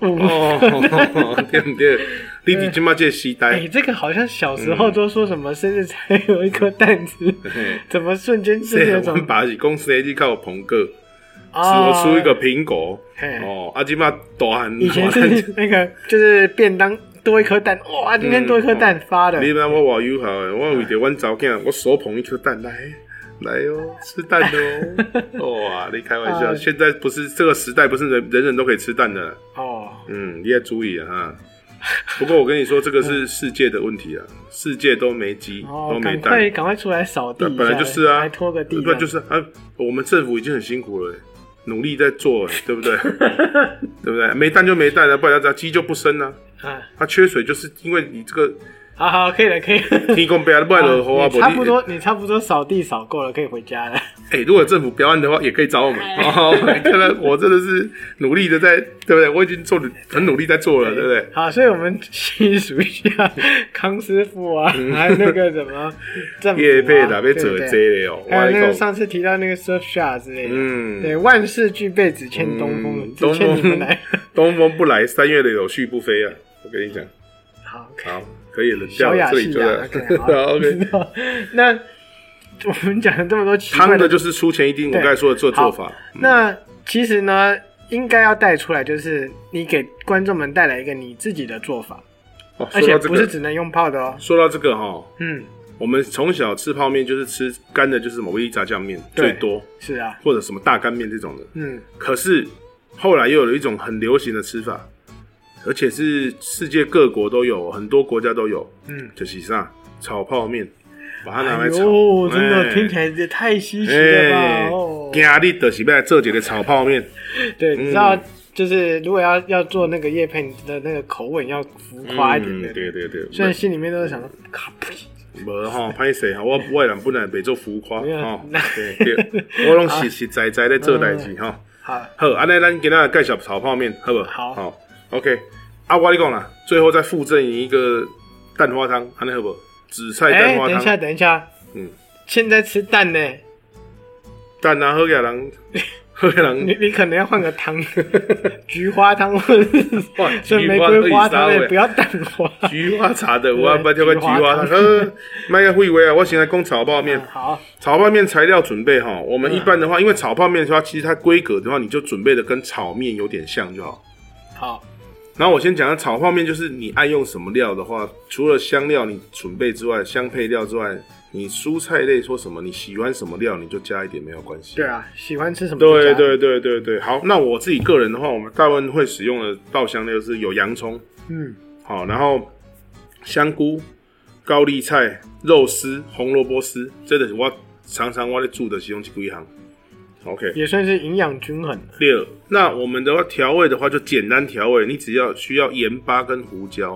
[SPEAKER 2] 嗯，
[SPEAKER 1] 哦， (laughs) 对不对？你伫今嘛这个时代
[SPEAKER 2] 哎，，这个好像小时
[SPEAKER 1] 嗯
[SPEAKER 2] 候都说什么生日才有一颗蛋
[SPEAKER 1] (laughs)
[SPEAKER 2] 子，
[SPEAKER 1] 嘿
[SPEAKER 2] 怎么瞬间就
[SPEAKER 1] 这
[SPEAKER 2] 有
[SPEAKER 1] 我
[SPEAKER 2] 种
[SPEAKER 1] 们把是公司的去靠捧个，只
[SPEAKER 2] 啊
[SPEAKER 1] 我出一个苹果
[SPEAKER 2] 嘿
[SPEAKER 1] 哦，啊，今嘛大汉，
[SPEAKER 2] 以前
[SPEAKER 1] 大汉
[SPEAKER 2] 是那个就是便当多一颗蛋，哇，今
[SPEAKER 1] 嗯
[SPEAKER 2] 天多一颗蛋发的，
[SPEAKER 1] (laughs) 你知道我偌友好诶，我为着阮查某囝，我手捧一颗蛋来。来哦，吃蛋哦！
[SPEAKER 2] (laughs)
[SPEAKER 1] 哇，你开玩笑，
[SPEAKER 2] 啊
[SPEAKER 1] 现在不是这个时代，不是人人人都可以吃蛋的。
[SPEAKER 2] 哦，
[SPEAKER 1] 嗯，你要注意啊哈。不过我跟你说，这个是世界的问
[SPEAKER 2] (laughs)
[SPEAKER 1] 题啊，世界都没鸡，
[SPEAKER 2] 哦
[SPEAKER 1] 都，没
[SPEAKER 2] 赶快
[SPEAKER 1] 蛋，
[SPEAKER 2] 赶快出来扫地
[SPEAKER 1] 那
[SPEAKER 2] 一下，
[SPEAKER 1] 本来就是啊
[SPEAKER 2] 还拖个地，
[SPEAKER 1] 对，就是啊，我们政府已经很辛苦了、努力在
[SPEAKER 2] (laughs)
[SPEAKER 1] 做、对不对？对不对？没蛋就没蛋啊，不然这样鸡就不生啊。
[SPEAKER 2] 啊，
[SPEAKER 1] 它缺水就是因为你这个
[SPEAKER 2] 好好，可以了，可
[SPEAKER 1] (laughs)
[SPEAKER 2] 以了。
[SPEAKER 1] 天公不要不然落雨啊，
[SPEAKER 2] 啊你差不
[SPEAKER 1] 然
[SPEAKER 2] 多，你差不多扫地扫够了，可以回家了。
[SPEAKER 1] 哎、如果政府标案的话，也可以找我们。哦， (laughs) 看来我真的是努力的在，对不对？我已经做的很努力在做了，对不对？
[SPEAKER 2] 好，所以我们细数一下康师傅啊，还有那个什么政
[SPEAKER 1] 嗯
[SPEAKER 2] 府啊
[SPEAKER 1] 业配打被折
[SPEAKER 2] 对不对
[SPEAKER 1] 这了哦，我
[SPEAKER 2] 还有
[SPEAKER 1] 跟
[SPEAKER 2] 那
[SPEAKER 1] 你
[SPEAKER 2] 个
[SPEAKER 1] 讲
[SPEAKER 2] 上次提到那个 Surf Shark 之类的，
[SPEAKER 1] 嗯
[SPEAKER 2] 对，万事俱备，只欠东风，只欠你
[SPEAKER 1] (laughs)
[SPEAKER 2] 们来。
[SPEAKER 1] 东风不来，三月的有续不飞啊！我跟你讲，
[SPEAKER 2] 好，
[SPEAKER 1] 好，可以了，掉
[SPEAKER 2] 小
[SPEAKER 1] 了
[SPEAKER 2] 雅
[SPEAKER 1] 这里
[SPEAKER 2] 细
[SPEAKER 1] 就
[SPEAKER 2] 雅
[SPEAKER 1] 在。 (laughs)
[SPEAKER 2] ，OK，好 (laughs)
[SPEAKER 1] OK，
[SPEAKER 2] 那我们讲了这么多奇怪
[SPEAKER 1] 汤的
[SPEAKER 2] 的，
[SPEAKER 1] 就是出前一丁，我
[SPEAKER 2] 对
[SPEAKER 1] 刚才说的做做法
[SPEAKER 2] 好。那其实呢，应该要带出来，就是你给观众们带来一个你自己的做法，
[SPEAKER 1] 哦，
[SPEAKER 2] 而
[SPEAKER 1] 说
[SPEAKER 2] 且
[SPEAKER 1] 到这
[SPEAKER 2] 不是
[SPEAKER 1] 个，
[SPEAKER 2] 只能用泡的哦。
[SPEAKER 1] 说到这个哈，
[SPEAKER 2] 嗯，
[SPEAKER 1] 我们从小吃泡面就是吃干的，就是什么威力炸酱面
[SPEAKER 2] 对
[SPEAKER 1] 最多，
[SPEAKER 2] 是啊，
[SPEAKER 1] 或者什么大干面这种的。
[SPEAKER 2] 嗯，
[SPEAKER 1] 可是后来又有一种很流行的吃法，而且是世界各国都有，很多国家都有。
[SPEAKER 2] 嗯，
[SPEAKER 1] 就是啥炒泡面，把它拿
[SPEAKER 2] 哎
[SPEAKER 1] 来炒。
[SPEAKER 2] 呦，真的
[SPEAKER 1] 哎
[SPEAKER 2] 听起来也太稀奇了吧
[SPEAKER 1] 哎！
[SPEAKER 2] 哦，，
[SPEAKER 1] 今日就是要来做一个炒泡面，
[SPEAKER 2] 对，你知道。就是如果要要做那个叶片的那个口吻要浮夸一点的，
[SPEAKER 1] 嗯对对对，
[SPEAKER 2] 虽然心里面都是想说，卡呸，
[SPEAKER 1] 无吼，歹势吼，我我的人本来袂做浮夸
[SPEAKER 2] 没有
[SPEAKER 1] 吼
[SPEAKER 2] 那，嗯
[SPEAKER 1] 对对，我拢实实在在
[SPEAKER 2] (laughs)
[SPEAKER 1] 咧做代志吼。
[SPEAKER 2] 好，
[SPEAKER 1] 好，安尼咱今仔介绍炒泡面，好无？
[SPEAKER 2] 好
[SPEAKER 1] 好，OK。啊，我跟你讲啦，最后再附赠你一个蛋花汤，安尼好不好？紫菜蛋
[SPEAKER 2] 哎，
[SPEAKER 1] 花
[SPEAKER 2] 等一
[SPEAKER 1] 汤，
[SPEAKER 2] 下，等一下，
[SPEAKER 1] 嗯，
[SPEAKER 2] 现在吃蛋呢，
[SPEAKER 1] (laughs) 蛋啊，喝给
[SPEAKER 2] (laughs)
[SPEAKER 1] 人，喝给人
[SPEAKER 2] 你，你可能要换个汤， (laughs) 菊花汤或者是
[SPEAKER 1] 哇 (laughs)
[SPEAKER 2] 这
[SPEAKER 1] 菊
[SPEAKER 2] 玫
[SPEAKER 1] 花
[SPEAKER 2] 瑰
[SPEAKER 1] 二
[SPEAKER 2] 花汤
[SPEAKER 1] 十三
[SPEAKER 2] 也
[SPEAKER 1] 味
[SPEAKER 2] 不要蛋花。
[SPEAKER 1] (laughs) 菊花茶的，我不要跳个
[SPEAKER 2] 菊
[SPEAKER 1] 菊
[SPEAKER 2] 花
[SPEAKER 1] 花
[SPEAKER 2] 汤
[SPEAKER 1] 汤，呵，卖个废话啊！我现在讲炒泡面
[SPEAKER 2] 嗯，好，
[SPEAKER 1] 炒泡面材料准备哈，我
[SPEAKER 2] 嗯
[SPEAKER 1] 们一般的话，因为炒泡面的话，其实它规格的话，你就准备的跟炒面有点像就好。
[SPEAKER 2] 好，
[SPEAKER 1] 然后我先讲下炒泡面，就是你爱用什么料的话，除了香料你准备之外，香配料之外，你蔬菜类说什么，你喜欢什么料你就加一点没有关系。
[SPEAKER 2] 对啊，喜欢吃什么就
[SPEAKER 1] 对
[SPEAKER 2] 加？
[SPEAKER 1] 对对对对，好，那我自己个人的话，我们大部分会使用的爆香料就是有洋葱，
[SPEAKER 2] 嗯，
[SPEAKER 1] 好，然后香菇、高丽菜、肉丝、红萝卜丝，这个是我常常我在煮的其中几项。OK，
[SPEAKER 2] 也算是营养均衡。
[SPEAKER 1] 第二，那我们的话调味的话就简单调味，你只要需要盐巴跟胡椒。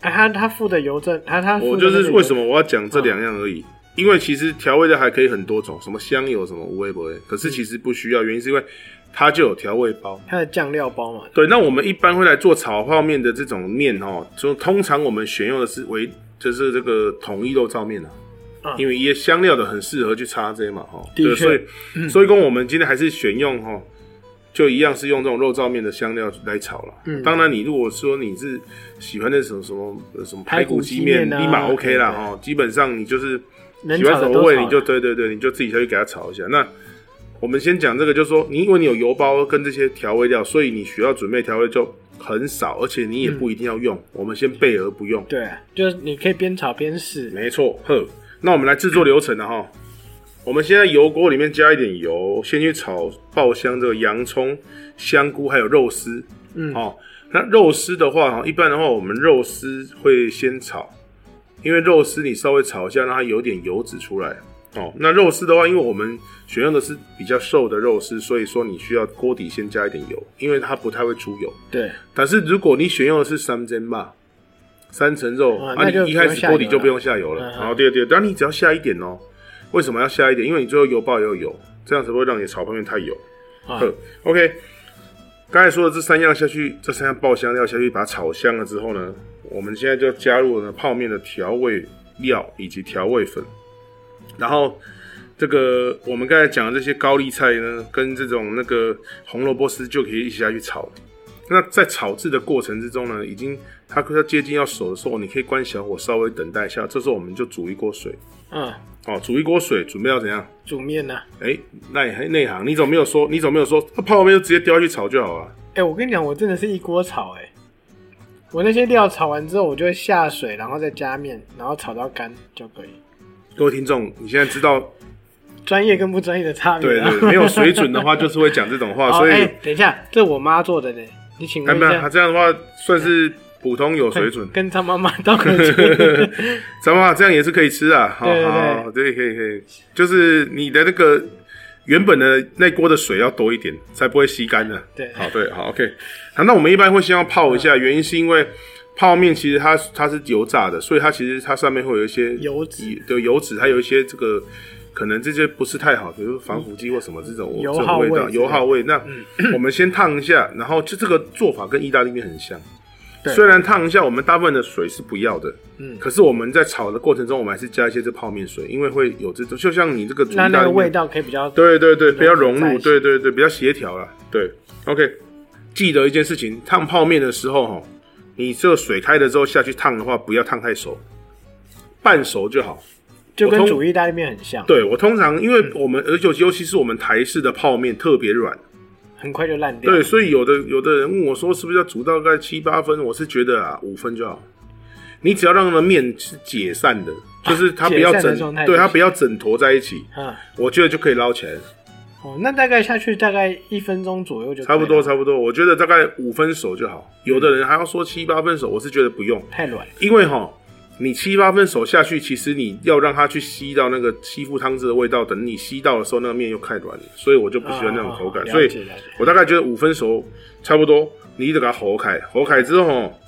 [SPEAKER 2] 啊，他他附的邮政，他他附
[SPEAKER 1] 我
[SPEAKER 2] 的
[SPEAKER 1] 就是
[SPEAKER 2] 那个嗯
[SPEAKER 1] 为什么我要讲这两样而已，因为其实调味的还可以很多种，什么香油什么无味不味，可是其实不需要，原因是因为它就有调味包。
[SPEAKER 2] 它的酱料包嘛，
[SPEAKER 1] 对，那我们一般会来做炒泡面的这种面哦，就通常我们选用的是为就是这个统一肉燥面啊，
[SPEAKER 2] 嗯
[SPEAKER 1] 因为一些香料的很适合去插这嘛哈。
[SPEAKER 2] 的
[SPEAKER 1] 对，
[SPEAKER 2] 确
[SPEAKER 1] 所
[SPEAKER 2] (clears throat)
[SPEAKER 1] 以所以跟我们今天还是选用哈，就一样是用这种肉燥面的香料来炒了。
[SPEAKER 2] 嗯
[SPEAKER 1] 当然你如果说你是喜欢那什么什么呃什么
[SPEAKER 2] 排
[SPEAKER 1] 排
[SPEAKER 2] 骨
[SPEAKER 1] 骨
[SPEAKER 2] 鸡
[SPEAKER 1] 鸡面，
[SPEAKER 2] 面啊
[SPEAKER 1] 立马 OK 啦哦
[SPEAKER 2] 对
[SPEAKER 1] 哈，基本上你就是。
[SPEAKER 2] 能
[SPEAKER 1] 喜
[SPEAKER 2] 炒
[SPEAKER 1] 欢什
[SPEAKER 2] 的
[SPEAKER 1] 么
[SPEAKER 2] 都
[SPEAKER 1] 味
[SPEAKER 2] 炒
[SPEAKER 1] 你就
[SPEAKER 2] 了
[SPEAKER 1] 对对对，你就自己下去给它炒一下。那我们先讲这个，就是说你因为你有油包跟这些调味料，所以你需要准备调味就很少，而且你也不一定要用，我们先备而不用。
[SPEAKER 2] 对啊，就是你可以边炒边试。
[SPEAKER 1] 没错，呵，那我们来制作流程了哈。我们先在油锅里面加一点油，先去炒爆香这个洋葱、香菇还有肉丝。
[SPEAKER 2] 嗯
[SPEAKER 1] 哦，那肉丝的话哈，一般的话我们肉丝会先炒，因为肉丝你稍微炒一下，让它有点油脂出来。哦，那肉丝的话，因为我们选用的是比较瘦的肉丝，所以说你需要锅底先加一点油，因为它不太会出油。
[SPEAKER 2] 对，
[SPEAKER 1] 但是如果你选用的是三蒸吧，三层肉，
[SPEAKER 2] 啊
[SPEAKER 1] 啊，
[SPEAKER 2] 那就
[SPEAKER 1] 你一开始锅底就
[SPEAKER 2] 不
[SPEAKER 1] 不
[SPEAKER 2] 用
[SPEAKER 1] 用下油了。
[SPEAKER 2] 嗯嗯
[SPEAKER 1] 然后第二第二，但你只要下一点哦。为什么要下一点？因为你最后油爆也有油，这样才不会让你炒泡面太油。
[SPEAKER 2] 啊，
[SPEAKER 1] 呵 OK，刚才说的这三样下去，这三样爆香料下去，把它炒香了之后呢，我们现在就加入了泡面的调味料以及调味粉，然后。这个我们刚才讲的这些高丽菜呢，跟这种那个红萝卜丝就可以一起下去炒了。那在炒制的过程之中呢，已经它快要接近要熟的时候，你可以关小火稍微等待一下。这时候我们就煮一锅水，
[SPEAKER 2] 嗯，
[SPEAKER 1] 哦，煮一锅水，准备要怎样？
[SPEAKER 2] 煮面啊呢？
[SPEAKER 1] 哎、内内行，你怎么没有说？你怎么没有说？那泡面就直接丢下去炒就好了。
[SPEAKER 2] 哎，我跟你讲，我真的是一锅炒哎。我那些料炒完之后，我就会下水，然后再加面，然后炒到干就可以。
[SPEAKER 1] 各位听众，你现在知道，
[SPEAKER 2] 专业跟不专业的差别
[SPEAKER 1] 对
[SPEAKER 2] 啊。
[SPEAKER 1] 对，没有水准的话，就是会讲这种话，
[SPEAKER 2] (laughs) 哦。
[SPEAKER 1] 所以
[SPEAKER 2] 哎，等一下，这我妈做的呢，你请
[SPEAKER 1] 哎，
[SPEAKER 2] 问一
[SPEAKER 1] 没有，他
[SPEAKER 2] 下，哎
[SPEAKER 1] 这样的话算是普通有水 (laughs) 准，
[SPEAKER 2] 跟他妈妈道个
[SPEAKER 1] (laughs)
[SPEAKER 2] 歉。
[SPEAKER 1] 咱们啊这样也是可以吃啊，好
[SPEAKER 2] 对对对
[SPEAKER 1] 好，对，可以可以，就是你的那个原本的那锅的水要多一点，才不会吸干的。
[SPEAKER 2] 对
[SPEAKER 1] 好对好，OK，好，那我们一般会先要泡一下，原因是因为。泡面其实它它是油炸的，所以它其实它上面会有一些
[SPEAKER 2] 油脂
[SPEAKER 1] 对油脂，还有一些这个可能这些不是太好，比如说防腐剂或什么这种
[SPEAKER 2] 嗯油
[SPEAKER 1] 这种
[SPEAKER 2] 耗
[SPEAKER 1] 味
[SPEAKER 2] 味
[SPEAKER 1] 道
[SPEAKER 2] 之类的嗯
[SPEAKER 1] 油耗味。那我们先烫一下，然后就这个做法跟意大利面很像。
[SPEAKER 2] 对
[SPEAKER 1] 虽然烫一下，我们大部分的水是不要的，
[SPEAKER 2] 嗯
[SPEAKER 1] 可是我们在炒的过程中，我们还是加一些这泡面水，因为会有这种，就像你这个煮意大
[SPEAKER 2] 那
[SPEAKER 1] 利
[SPEAKER 2] 那个
[SPEAKER 1] 面
[SPEAKER 2] 味道可以比较
[SPEAKER 1] 对对对，比较融
[SPEAKER 2] 在一
[SPEAKER 1] 入，
[SPEAKER 2] 起
[SPEAKER 1] 对对对，比较协调啦。对，OK。记得一件事情，烫泡面的时候哈，你这个水开了之后下去烫的话，不要烫太熟，半熟就好。
[SPEAKER 2] 就跟
[SPEAKER 1] 我通
[SPEAKER 2] 煮意大利面很像，
[SPEAKER 1] 对我通常，因
[SPEAKER 2] 嗯
[SPEAKER 1] 为我们而且尤其是我们台式的泡面特别软，
[SPEAKER 2] 很快就烂掉。
[SPEAKER 1] 对，所以有的有的人问我说，是不是要煮到大概七八分？我是觉得啊，五分就好。你只要让它的面是解散的，就是它不要
[SPEAKER 2] 解散的
[SPEAKER 1] 整
[SPEAKER 2] 状态，就
[SPEAKER 1] 对它
[SPEAKER 2] 行
[SPEAKER 1] 不要整坨在一起，
[SPEAKER 2] 嗯，
[SPEAKER 1] 我觉得就可以捞起来了。
[SPEAKER 2] 哦，那大概下去大概一分钟左右就可以
[SPEAKER 1] 差
[SPEAKER 2] 了
[SPEAKER 1] 不多，差不多。我觉得大概五分熟就好。有的人还要说七八分熟，我是觉得不用，
[SPEAKER 2] 太软了。
[SPEAKER 1] 因为哈，你七八分熟下去，其实你要让它去吸到那个吸附汤汁的味道，等你吸到的时候，那个面又太软了，所以我就不喜欢那种口感。
[SPEAKER 2] 啊
[SPEAKER 1] 所
[SPEAKER 2] 了解
[SPEAKER 1] 以
[SPEAKER 2] 了解
[SPEAKER 1] 我大概觉得五分熟差不多，你得给它吼开，吼开之后吼。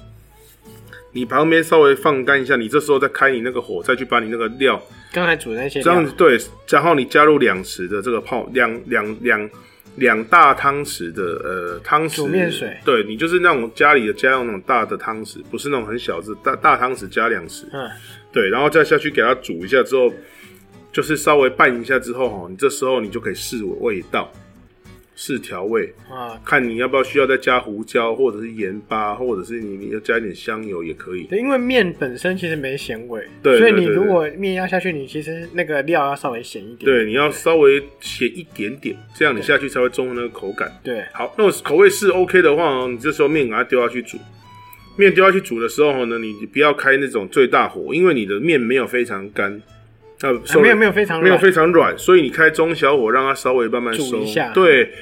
[SPEAKER 1] 你旁边稍微放干一下，你这时候再开你那个火，再去把你那个料
[SPEAKER 2] 刚才煮的那些
[SPEAKER 1] 这
[SPEAKER 2] 料
[SPEAKER 1] 样子对，然后你加入两匙的这个泡两两两两大汤匙的呃汤匙
[SPEAKER 2] 煮面水
[SPEAKER 1] 对你就是那种家里的家用那种大的汤匙，不是那种很小只大大汤匙加两匙，
[SPEAKER 2] 嗯，
[SPEAKER 1] 对，然后再下去给它煮一下之后，就是稍微拌一下之后哈，你这时候你就可以试味道，试调味，
[SPEAKER 2] 啊，
[SPEAKER 1] 看你要不要需要再加胡椒或者是盐巴，或者是你你要加一点香油也可以。
[SPEAKER 2] 对，因为面本身其实没咸味，
[SPEAKER 1] 对
[SPEAKER 2] 所以
[SPEAKER 1] 对
[SPEAKER 2] 你
[SPEAKER 1] 对
[SPEAKER 2] 如
[SPEAKER 1] 对
[SPEAKER 2] 果面要下去，你其实那个料要稍微咸一点，
[SPEAKER 1] 对，你要稍微咸一点点，这样你下去才会中和那个口感。
[SPEAKER 2] 对，
[SPEAKER 1] 好，那种口味是 OK 的话哦，你这时候面给它丢下去煮。面丢下去煮的时候呢，你你不要开那种最大火，因为你的面没有非常干，呃，
[SPEAKER 2] 啊没有没
[SPEAKER 1] 有
[SPEAKER 2] 有非常
[SPEAKER 1] 没有
[SPEAKER 2] 软
[SPEAKER 1] 非常软，所以你开中小火让它稍微慢慢
[SPEAKER 2] 煮
[SPEAKER 1] 收
[SPEAKER 2] 一下。
[SPEAKER 1] 对，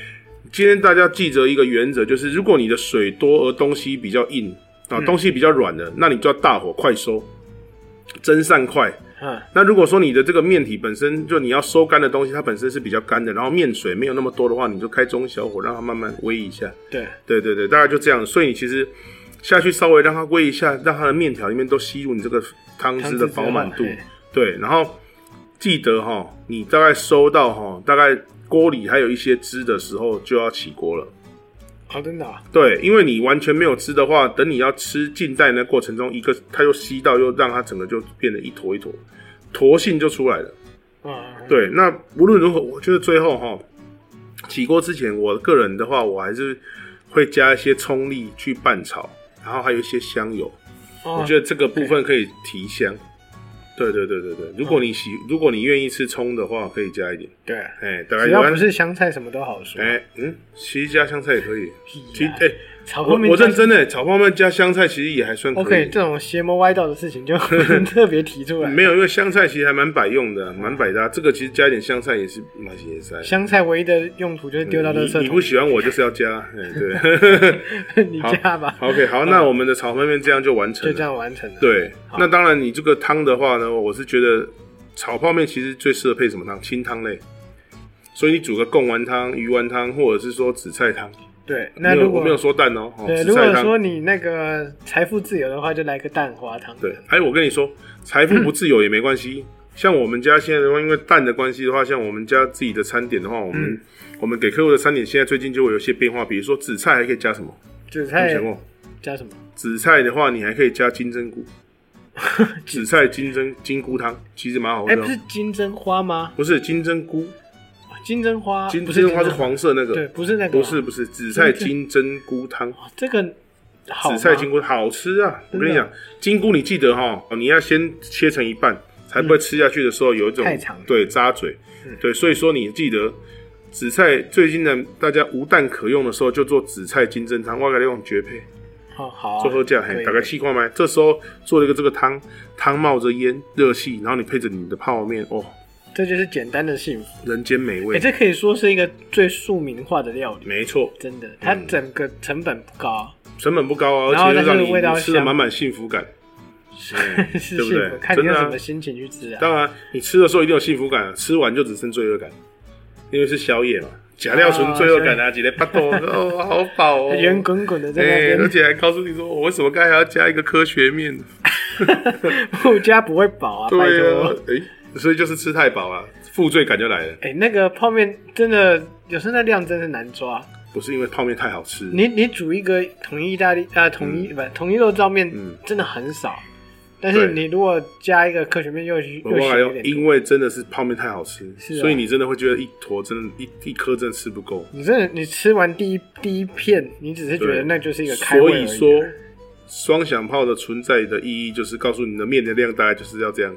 [SPEAKER 1] 今天大家记着一个原则，就是如果你的水多而东西比较硬
[SPEAKER 2] 嗯
[SPEAKER 1] 啊，东西比较软的，那你就要大火快收，蒸散快。
[SPEAKER 2] 嗯
[SPEAKER 1] 那如果说你的这个面体本身就你要收干的东西，它本身是比较干的，然后面水没有那么多的话，你就开中小火让它慢慢煨一下。
[SPEAKER 2] 对
[SPEAKER 1] 对对对，大概就这样。所以你其实下去稍微让它煨一下，让它的面条里面都吸入你这个汤汁的饱满度。
[SPEAKER 2] 汤汁之后
[SPEAKER 1] 对，然后记得哈、你大概收到哈、大概锅里还有一些汁的时候，就要起锅了。
[SPEAKER 2] 哦真的啊
[SPEAKER 1] 对，因为你完全没有吃的话，等你要吃近代的过程中，一个它又吸到，又让它整个就变得一坨一坨，坨性就出来了。
[SPEAKER 2] 嗯，
[SPEAKER 1] 对，那无论如何，我觉得最后哈，起锅之前，我个人的话，我还是会加一些葱粒去拌炒，然后还有一些香油，
[SPEAKER 2] 我
[SPEAKER 1] 我觉得这个部分可以提香。对对对对对，如果你喜，如果你愿意吃葱的话，可以加一点。
[SPEAKER 2] 对，
[SPEAKER 1] 哎，大概
[SPEAKER 2] 只要
[SPEAKER 1] 有
[SPEAKER 2] 不是香菜什么都好说，
[SPEAKER 1] 哎嗯，其实加香菜也可以。其实
[SPEAKER 2] 呀
[SPEAKER 1] 哎，
[SPEAKER 2] 啊炒
[SPEAKER 1] 我
[SPEAKER 2] 泡面
[SPEAKER 1] 我
[SPEAKER 2] 加
[SPEAKER 1] 认真的炒泡面加香菜其实也还算可
[SPEAKER 2] OK，
[SPEAKER 1] 以。
[SPEAKER 2] 这种邪魔歪道的事情就 (laughs) 不能特别提出来。
[SPEAKER 1] 没有，因为香菜其实还蛮百用的，蛮百搭。这个其实加一点香菜也是蛮也塞。
[SPEAKER 2] 香菜唯一的用途就是丢到垃圾桶
[SPEAKER 1] 你
[SPEAKER 2] 里。
[SPEAKER 1] 你不喜欢我就是要加，哎，对。
[SPEAKER 2] (laughs) 你
[SPEAKER 1] 好
[SPEAKER 2] 加吧，
[SPEAKER 1] OK，好，那我们的炒焖面这样就完成
[SPEAKER 2] 就
[SPEAKER 1] 了。
[SPEAKER 2] 这样完成了。
[SPEAKER 1] 对，那当然，你这个汤的话呢，我是觉得炒泡面其实最适合配什么汤？清汤类。所以你煮个贡丸汤、鱼丸汤，或者是说紫菜汤。
[SPEAKER 2] 对，那
[SPEAKER 1] 没有
[SPEAKER 2] 如
[SPEAKER 1] 我
[SPEAKER 2] 果
[SPEAKER 1] 没有说蛋哦，哦
[SPEAKER 2] 对，
[SPEAKER 1] 紫
[SPEAKER 2] 如
[SPEAKER 1] 菜
[SPEAKER 2] 果
[SPEAKER 1] 汤。
[SPEAKER 2] 说你那个财富自由的话，就来个蛋花汤。
[SPEAKER 1] 对，哎，我跟你说，财富不自由也没关
[SPEAKER 2] (laughs)
[SPEAKER 1] 系。像我们家现在的话，因为蛋的关系的话，像我们家自己的餐点的话，我
[SPEAKER 2] 嗯
[SPEAKER 1] 们、我们给客户的餐点，现在最近就会有一些变化，比如说紫菜还可以加什么？
[SPEAKER 2] 紫
[SPEAKER 1] 你有
[SPEAKER 2] 菜
[SPEAKER 1] 想过？
[SPEAKER 2] 加什么？
[SPEAKER 1] 紫菜的话，你还可以加金
[SPEAKER 2] (laughs)
[SPEAKER 1] 针菇，紫菜金针金菇汤其实蛮好喝
[SPEAKER 2] 哎，
[SPEAKER 1] 的哦。
[SPEAKER 2] 不是金针花吗？
[SPEAKER 1] 不是金针菇，
[SPEAKER 2] 金针花，
[SPEAKER 1] 金
[SPEAKER 2] 啊不
[SPEAKER 1] 针花是，黄色那
[SPEAKER 2] 对，
[SPEAKER 1] 个，
[SPEAKER 2] 不是那个，
[SPEAKER 1] 不是不是紫菜金针菇汤，
[SPEAKER 2] 哇这个好吗
[SPEAKER 1] 紫菜金菇好吃啊！我跟你讲，金菇你记得哈，你要先切成一半，才不会吃下去的时候有一种
[SPEAKER 2] 嗯太长嗯
[SPEAKER 1] 对扎嘴，对，所以说你记得。紫菜最近呢，大家无蛋可用的时候，就做紫菜金针汤，我感觉用绝配。
[SPEAKER 2] 哦，好啊，
[SPEAKER 1] 做喝酱，嘿，
[SPEAKER 2] 可以
[SPEAKER 1] 打开气罐麦。这时候做了一个这个汤，汤冒着烟，热气，然后你配着你的泡面，哦，
[SPEAKER 2] 这就是简单的幸福。
[SPEAKER 1] 人间美味。
[SPEAKER 2] 哎，这可以说是一个最庶民化的料理，
[SPEAKER 1] 没错，
[SPEAKER 2] 真的，它整个成本不高， (laughs)
[SPEAKER 1] 成本不高啊，
[SPEAKER 2] 然
[SPEAKER 1] 而
[SPEAKER 2] 后
[SPEAKER 1] 且
[SPEAKER 2] 但是
[SPEAKER 1] 让
[SPEAKER 2] 味道
[SPEAKER 1] 你吃的
[SPEAKER 2] 香
[SPEAKER 1] 满满幸福
[SPEAKER 2] (laughs)
[SPEAKER 1] 感。
[SPEAKER 2] 是
[SPEAKER 1] 对不对
[SPEAKER 2] 幸福，看你用
[SPEAKER 1] 真的啊
[SPEAKER 2] 什么心情去吃啊。
[SPEAKER 1] 当然，你吃的时候一定有幸福感啊，吃完就只剩罪恶感，因为是宵夜嘛，假料存罪恶感啊，几粒巴
[SPEAKER 2] (laughs)
[SPEAKER 1] 豆，哦，好饱哦。
[SPEAKER 2] 哦圆滚滚的在
[SPEAKER 1] 哎，
[SPEAKER 2] 那
[SPEAKER 1] 而
[SPEAKER 2] 边，
[SPEAKER 1] 且还告诉你说，我为什么刚才还要加一个科学面？
[SPEAKER 2] (laughs) 不加不会饱啊，拜
[SPEAKER 1] 哎对啊
[SPEAKER 2] 托。，
[SPEAKER 1] 哎，所以就是吃太饱了，负罪感就来了。
[SPEAKER 2] 哎、那个泡面真的有时候那量真的难抓。
[SPEAKER 1] 不是因为泡面太好吃，
[SPEAKER 2] 你你煮一个统一意大利啊、统一不、统一肉燥面、真的很少，但是
[SPEAKER 1] 嗯对
[SPEAKER 2] 你如果加一个科学面又
[SPEAKER 1] 我
[SPEAKER 2] 又
[SPEAKER 1] 忘
[SPEAKER 2] 咸
[SPEAKER 1] 了
[SPEAKER 2] 一点，
[SPEAKER 1] 因为真的是泡面太好吃，
[SPEAKER 2] 是啊
[SPEAKER 1] 所以你真的会觉得一坨真的，一一颗真的吃不够。
[SPEAKER 2] 你真的你吃完第一第一片，你只是觉得
[SPEAKER 1] 对
[SPEAKER 2] 那就是一个开
[SPEAKER 1] 所
[SPEAKER 2] 胃而已啊
[SPEAKER 1] 以说，双响炮的存在的意义就是告诉你的面的量大概就是要这
[SPEAKER 2] (laughs)
[SPEAKER 1] 样。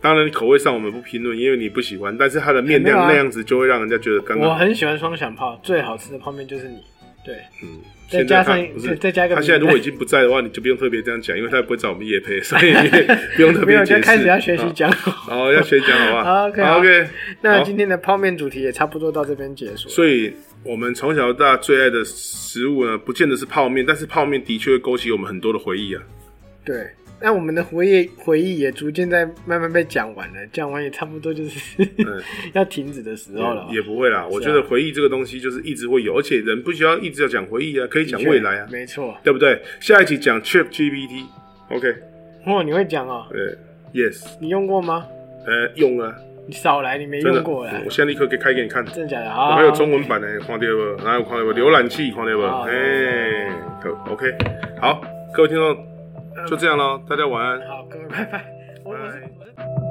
[SPEAKER 1] 当然，口味上我们不评论，因为你不喜欢，但是它的面量
[SPEAKER 2] 没有啊
[SPEAKER 1] 那样子就会让人家觉得刚
[SPEAKER 2] 我
[SPEAKER 1] 刚好。
[SPEAKER 2] 很喜欢双响炮，最好吃的泡面就是你。对，再
[SPEAKER 1] 嗯现
[SPEAKER 2] 加
[SPEAKER 1] 在
[SPEAKER 2] 上
[SPEAKER 1] 他不是，
[SPEAKER 2] 再加一个
[SPEAKER 1] 他
[SPEAKER 2] 名
[SPEAKER 1] 现在如果
[SPEAKER 2] 单 (laughs)
[SPEAKER 1] 已经不在的话，你就不用特别这样讲，因为他也不会找我们叶配，所以不用特
[SPEAKER 2] 没
[SPEAKER 1] 别
[SPEAKER 2] 有
[SPEAKER 1] 解
[SPEAKER 2] 就
[SPEAKER 1] 释。
[SPEAKER 2] 开始要学习
[SPEAKER 1] 好， (laughs)
[SPEAKER 2] 讲。
[SPEAKER 1] 好，要学讲好不
[SPEAKER 2] 好
[SPEAKER 1] 好
[SPEAKER 2] ，OK，
[SPEAKER 1] 好
[SPEAKER 2] 好
[SPEAKER 1] ，OK。
[SPEAKER 2] 那
[SPEAKER 1] 好
[SPEAKER 2] 今天的泡面主题也差不多到这边结束了。
[SPEAKER 1] 所以我们从小到大最爱的食物呢，不见得是泡面，但是泡面的确会勾起我们很多的回忆啊。
[SPEAKER 2] 对，那我们的回忆回忆也逐渐在慢慢被讲完了，讲完也差不多就是 (laughs) 要停止的时候
[SPEAKER 1] 嗯
[SPEAKER 2] 了。啊
[SPEAKER 1] 也不会啦，我觉得回忆这个东西就是一直会有，而且人不需要一直要讲回忆啊，可以讲未来啊，
[SPEAKER 2] 没错。
[SPEAKER 1] 对不对？下一期讲 Chat GPT，OK，、
[SPEAKER 2] 哦，你会讲哦？
[SPEAKER 1] 呃，Yes，
[SPEAKER 2] 你用过吗？
[SPEAKER 1] 呃，用啊，
[SPEAKER 2] 你少来，你没
[SPEAKER 1] 真的
[SPEAKER 2] 用，过啦
[SPEAKER 1] 我，现在立刻给开给你看。
[SPEAKER 2] 真的假的
[SPEAKER 1] 我
[SPEAKER 2] 啊？
[SPEAKER 1] 还有中文版呢，看到不？还有看到不？浏览器看到不？
[SPEAKER 2] 哦
[SPEAKER 1] 哎，好，OK，好，各位听众就这样喽，大家晚安。
[SPEAKER 2] 好，各位拜拜，我我是我是。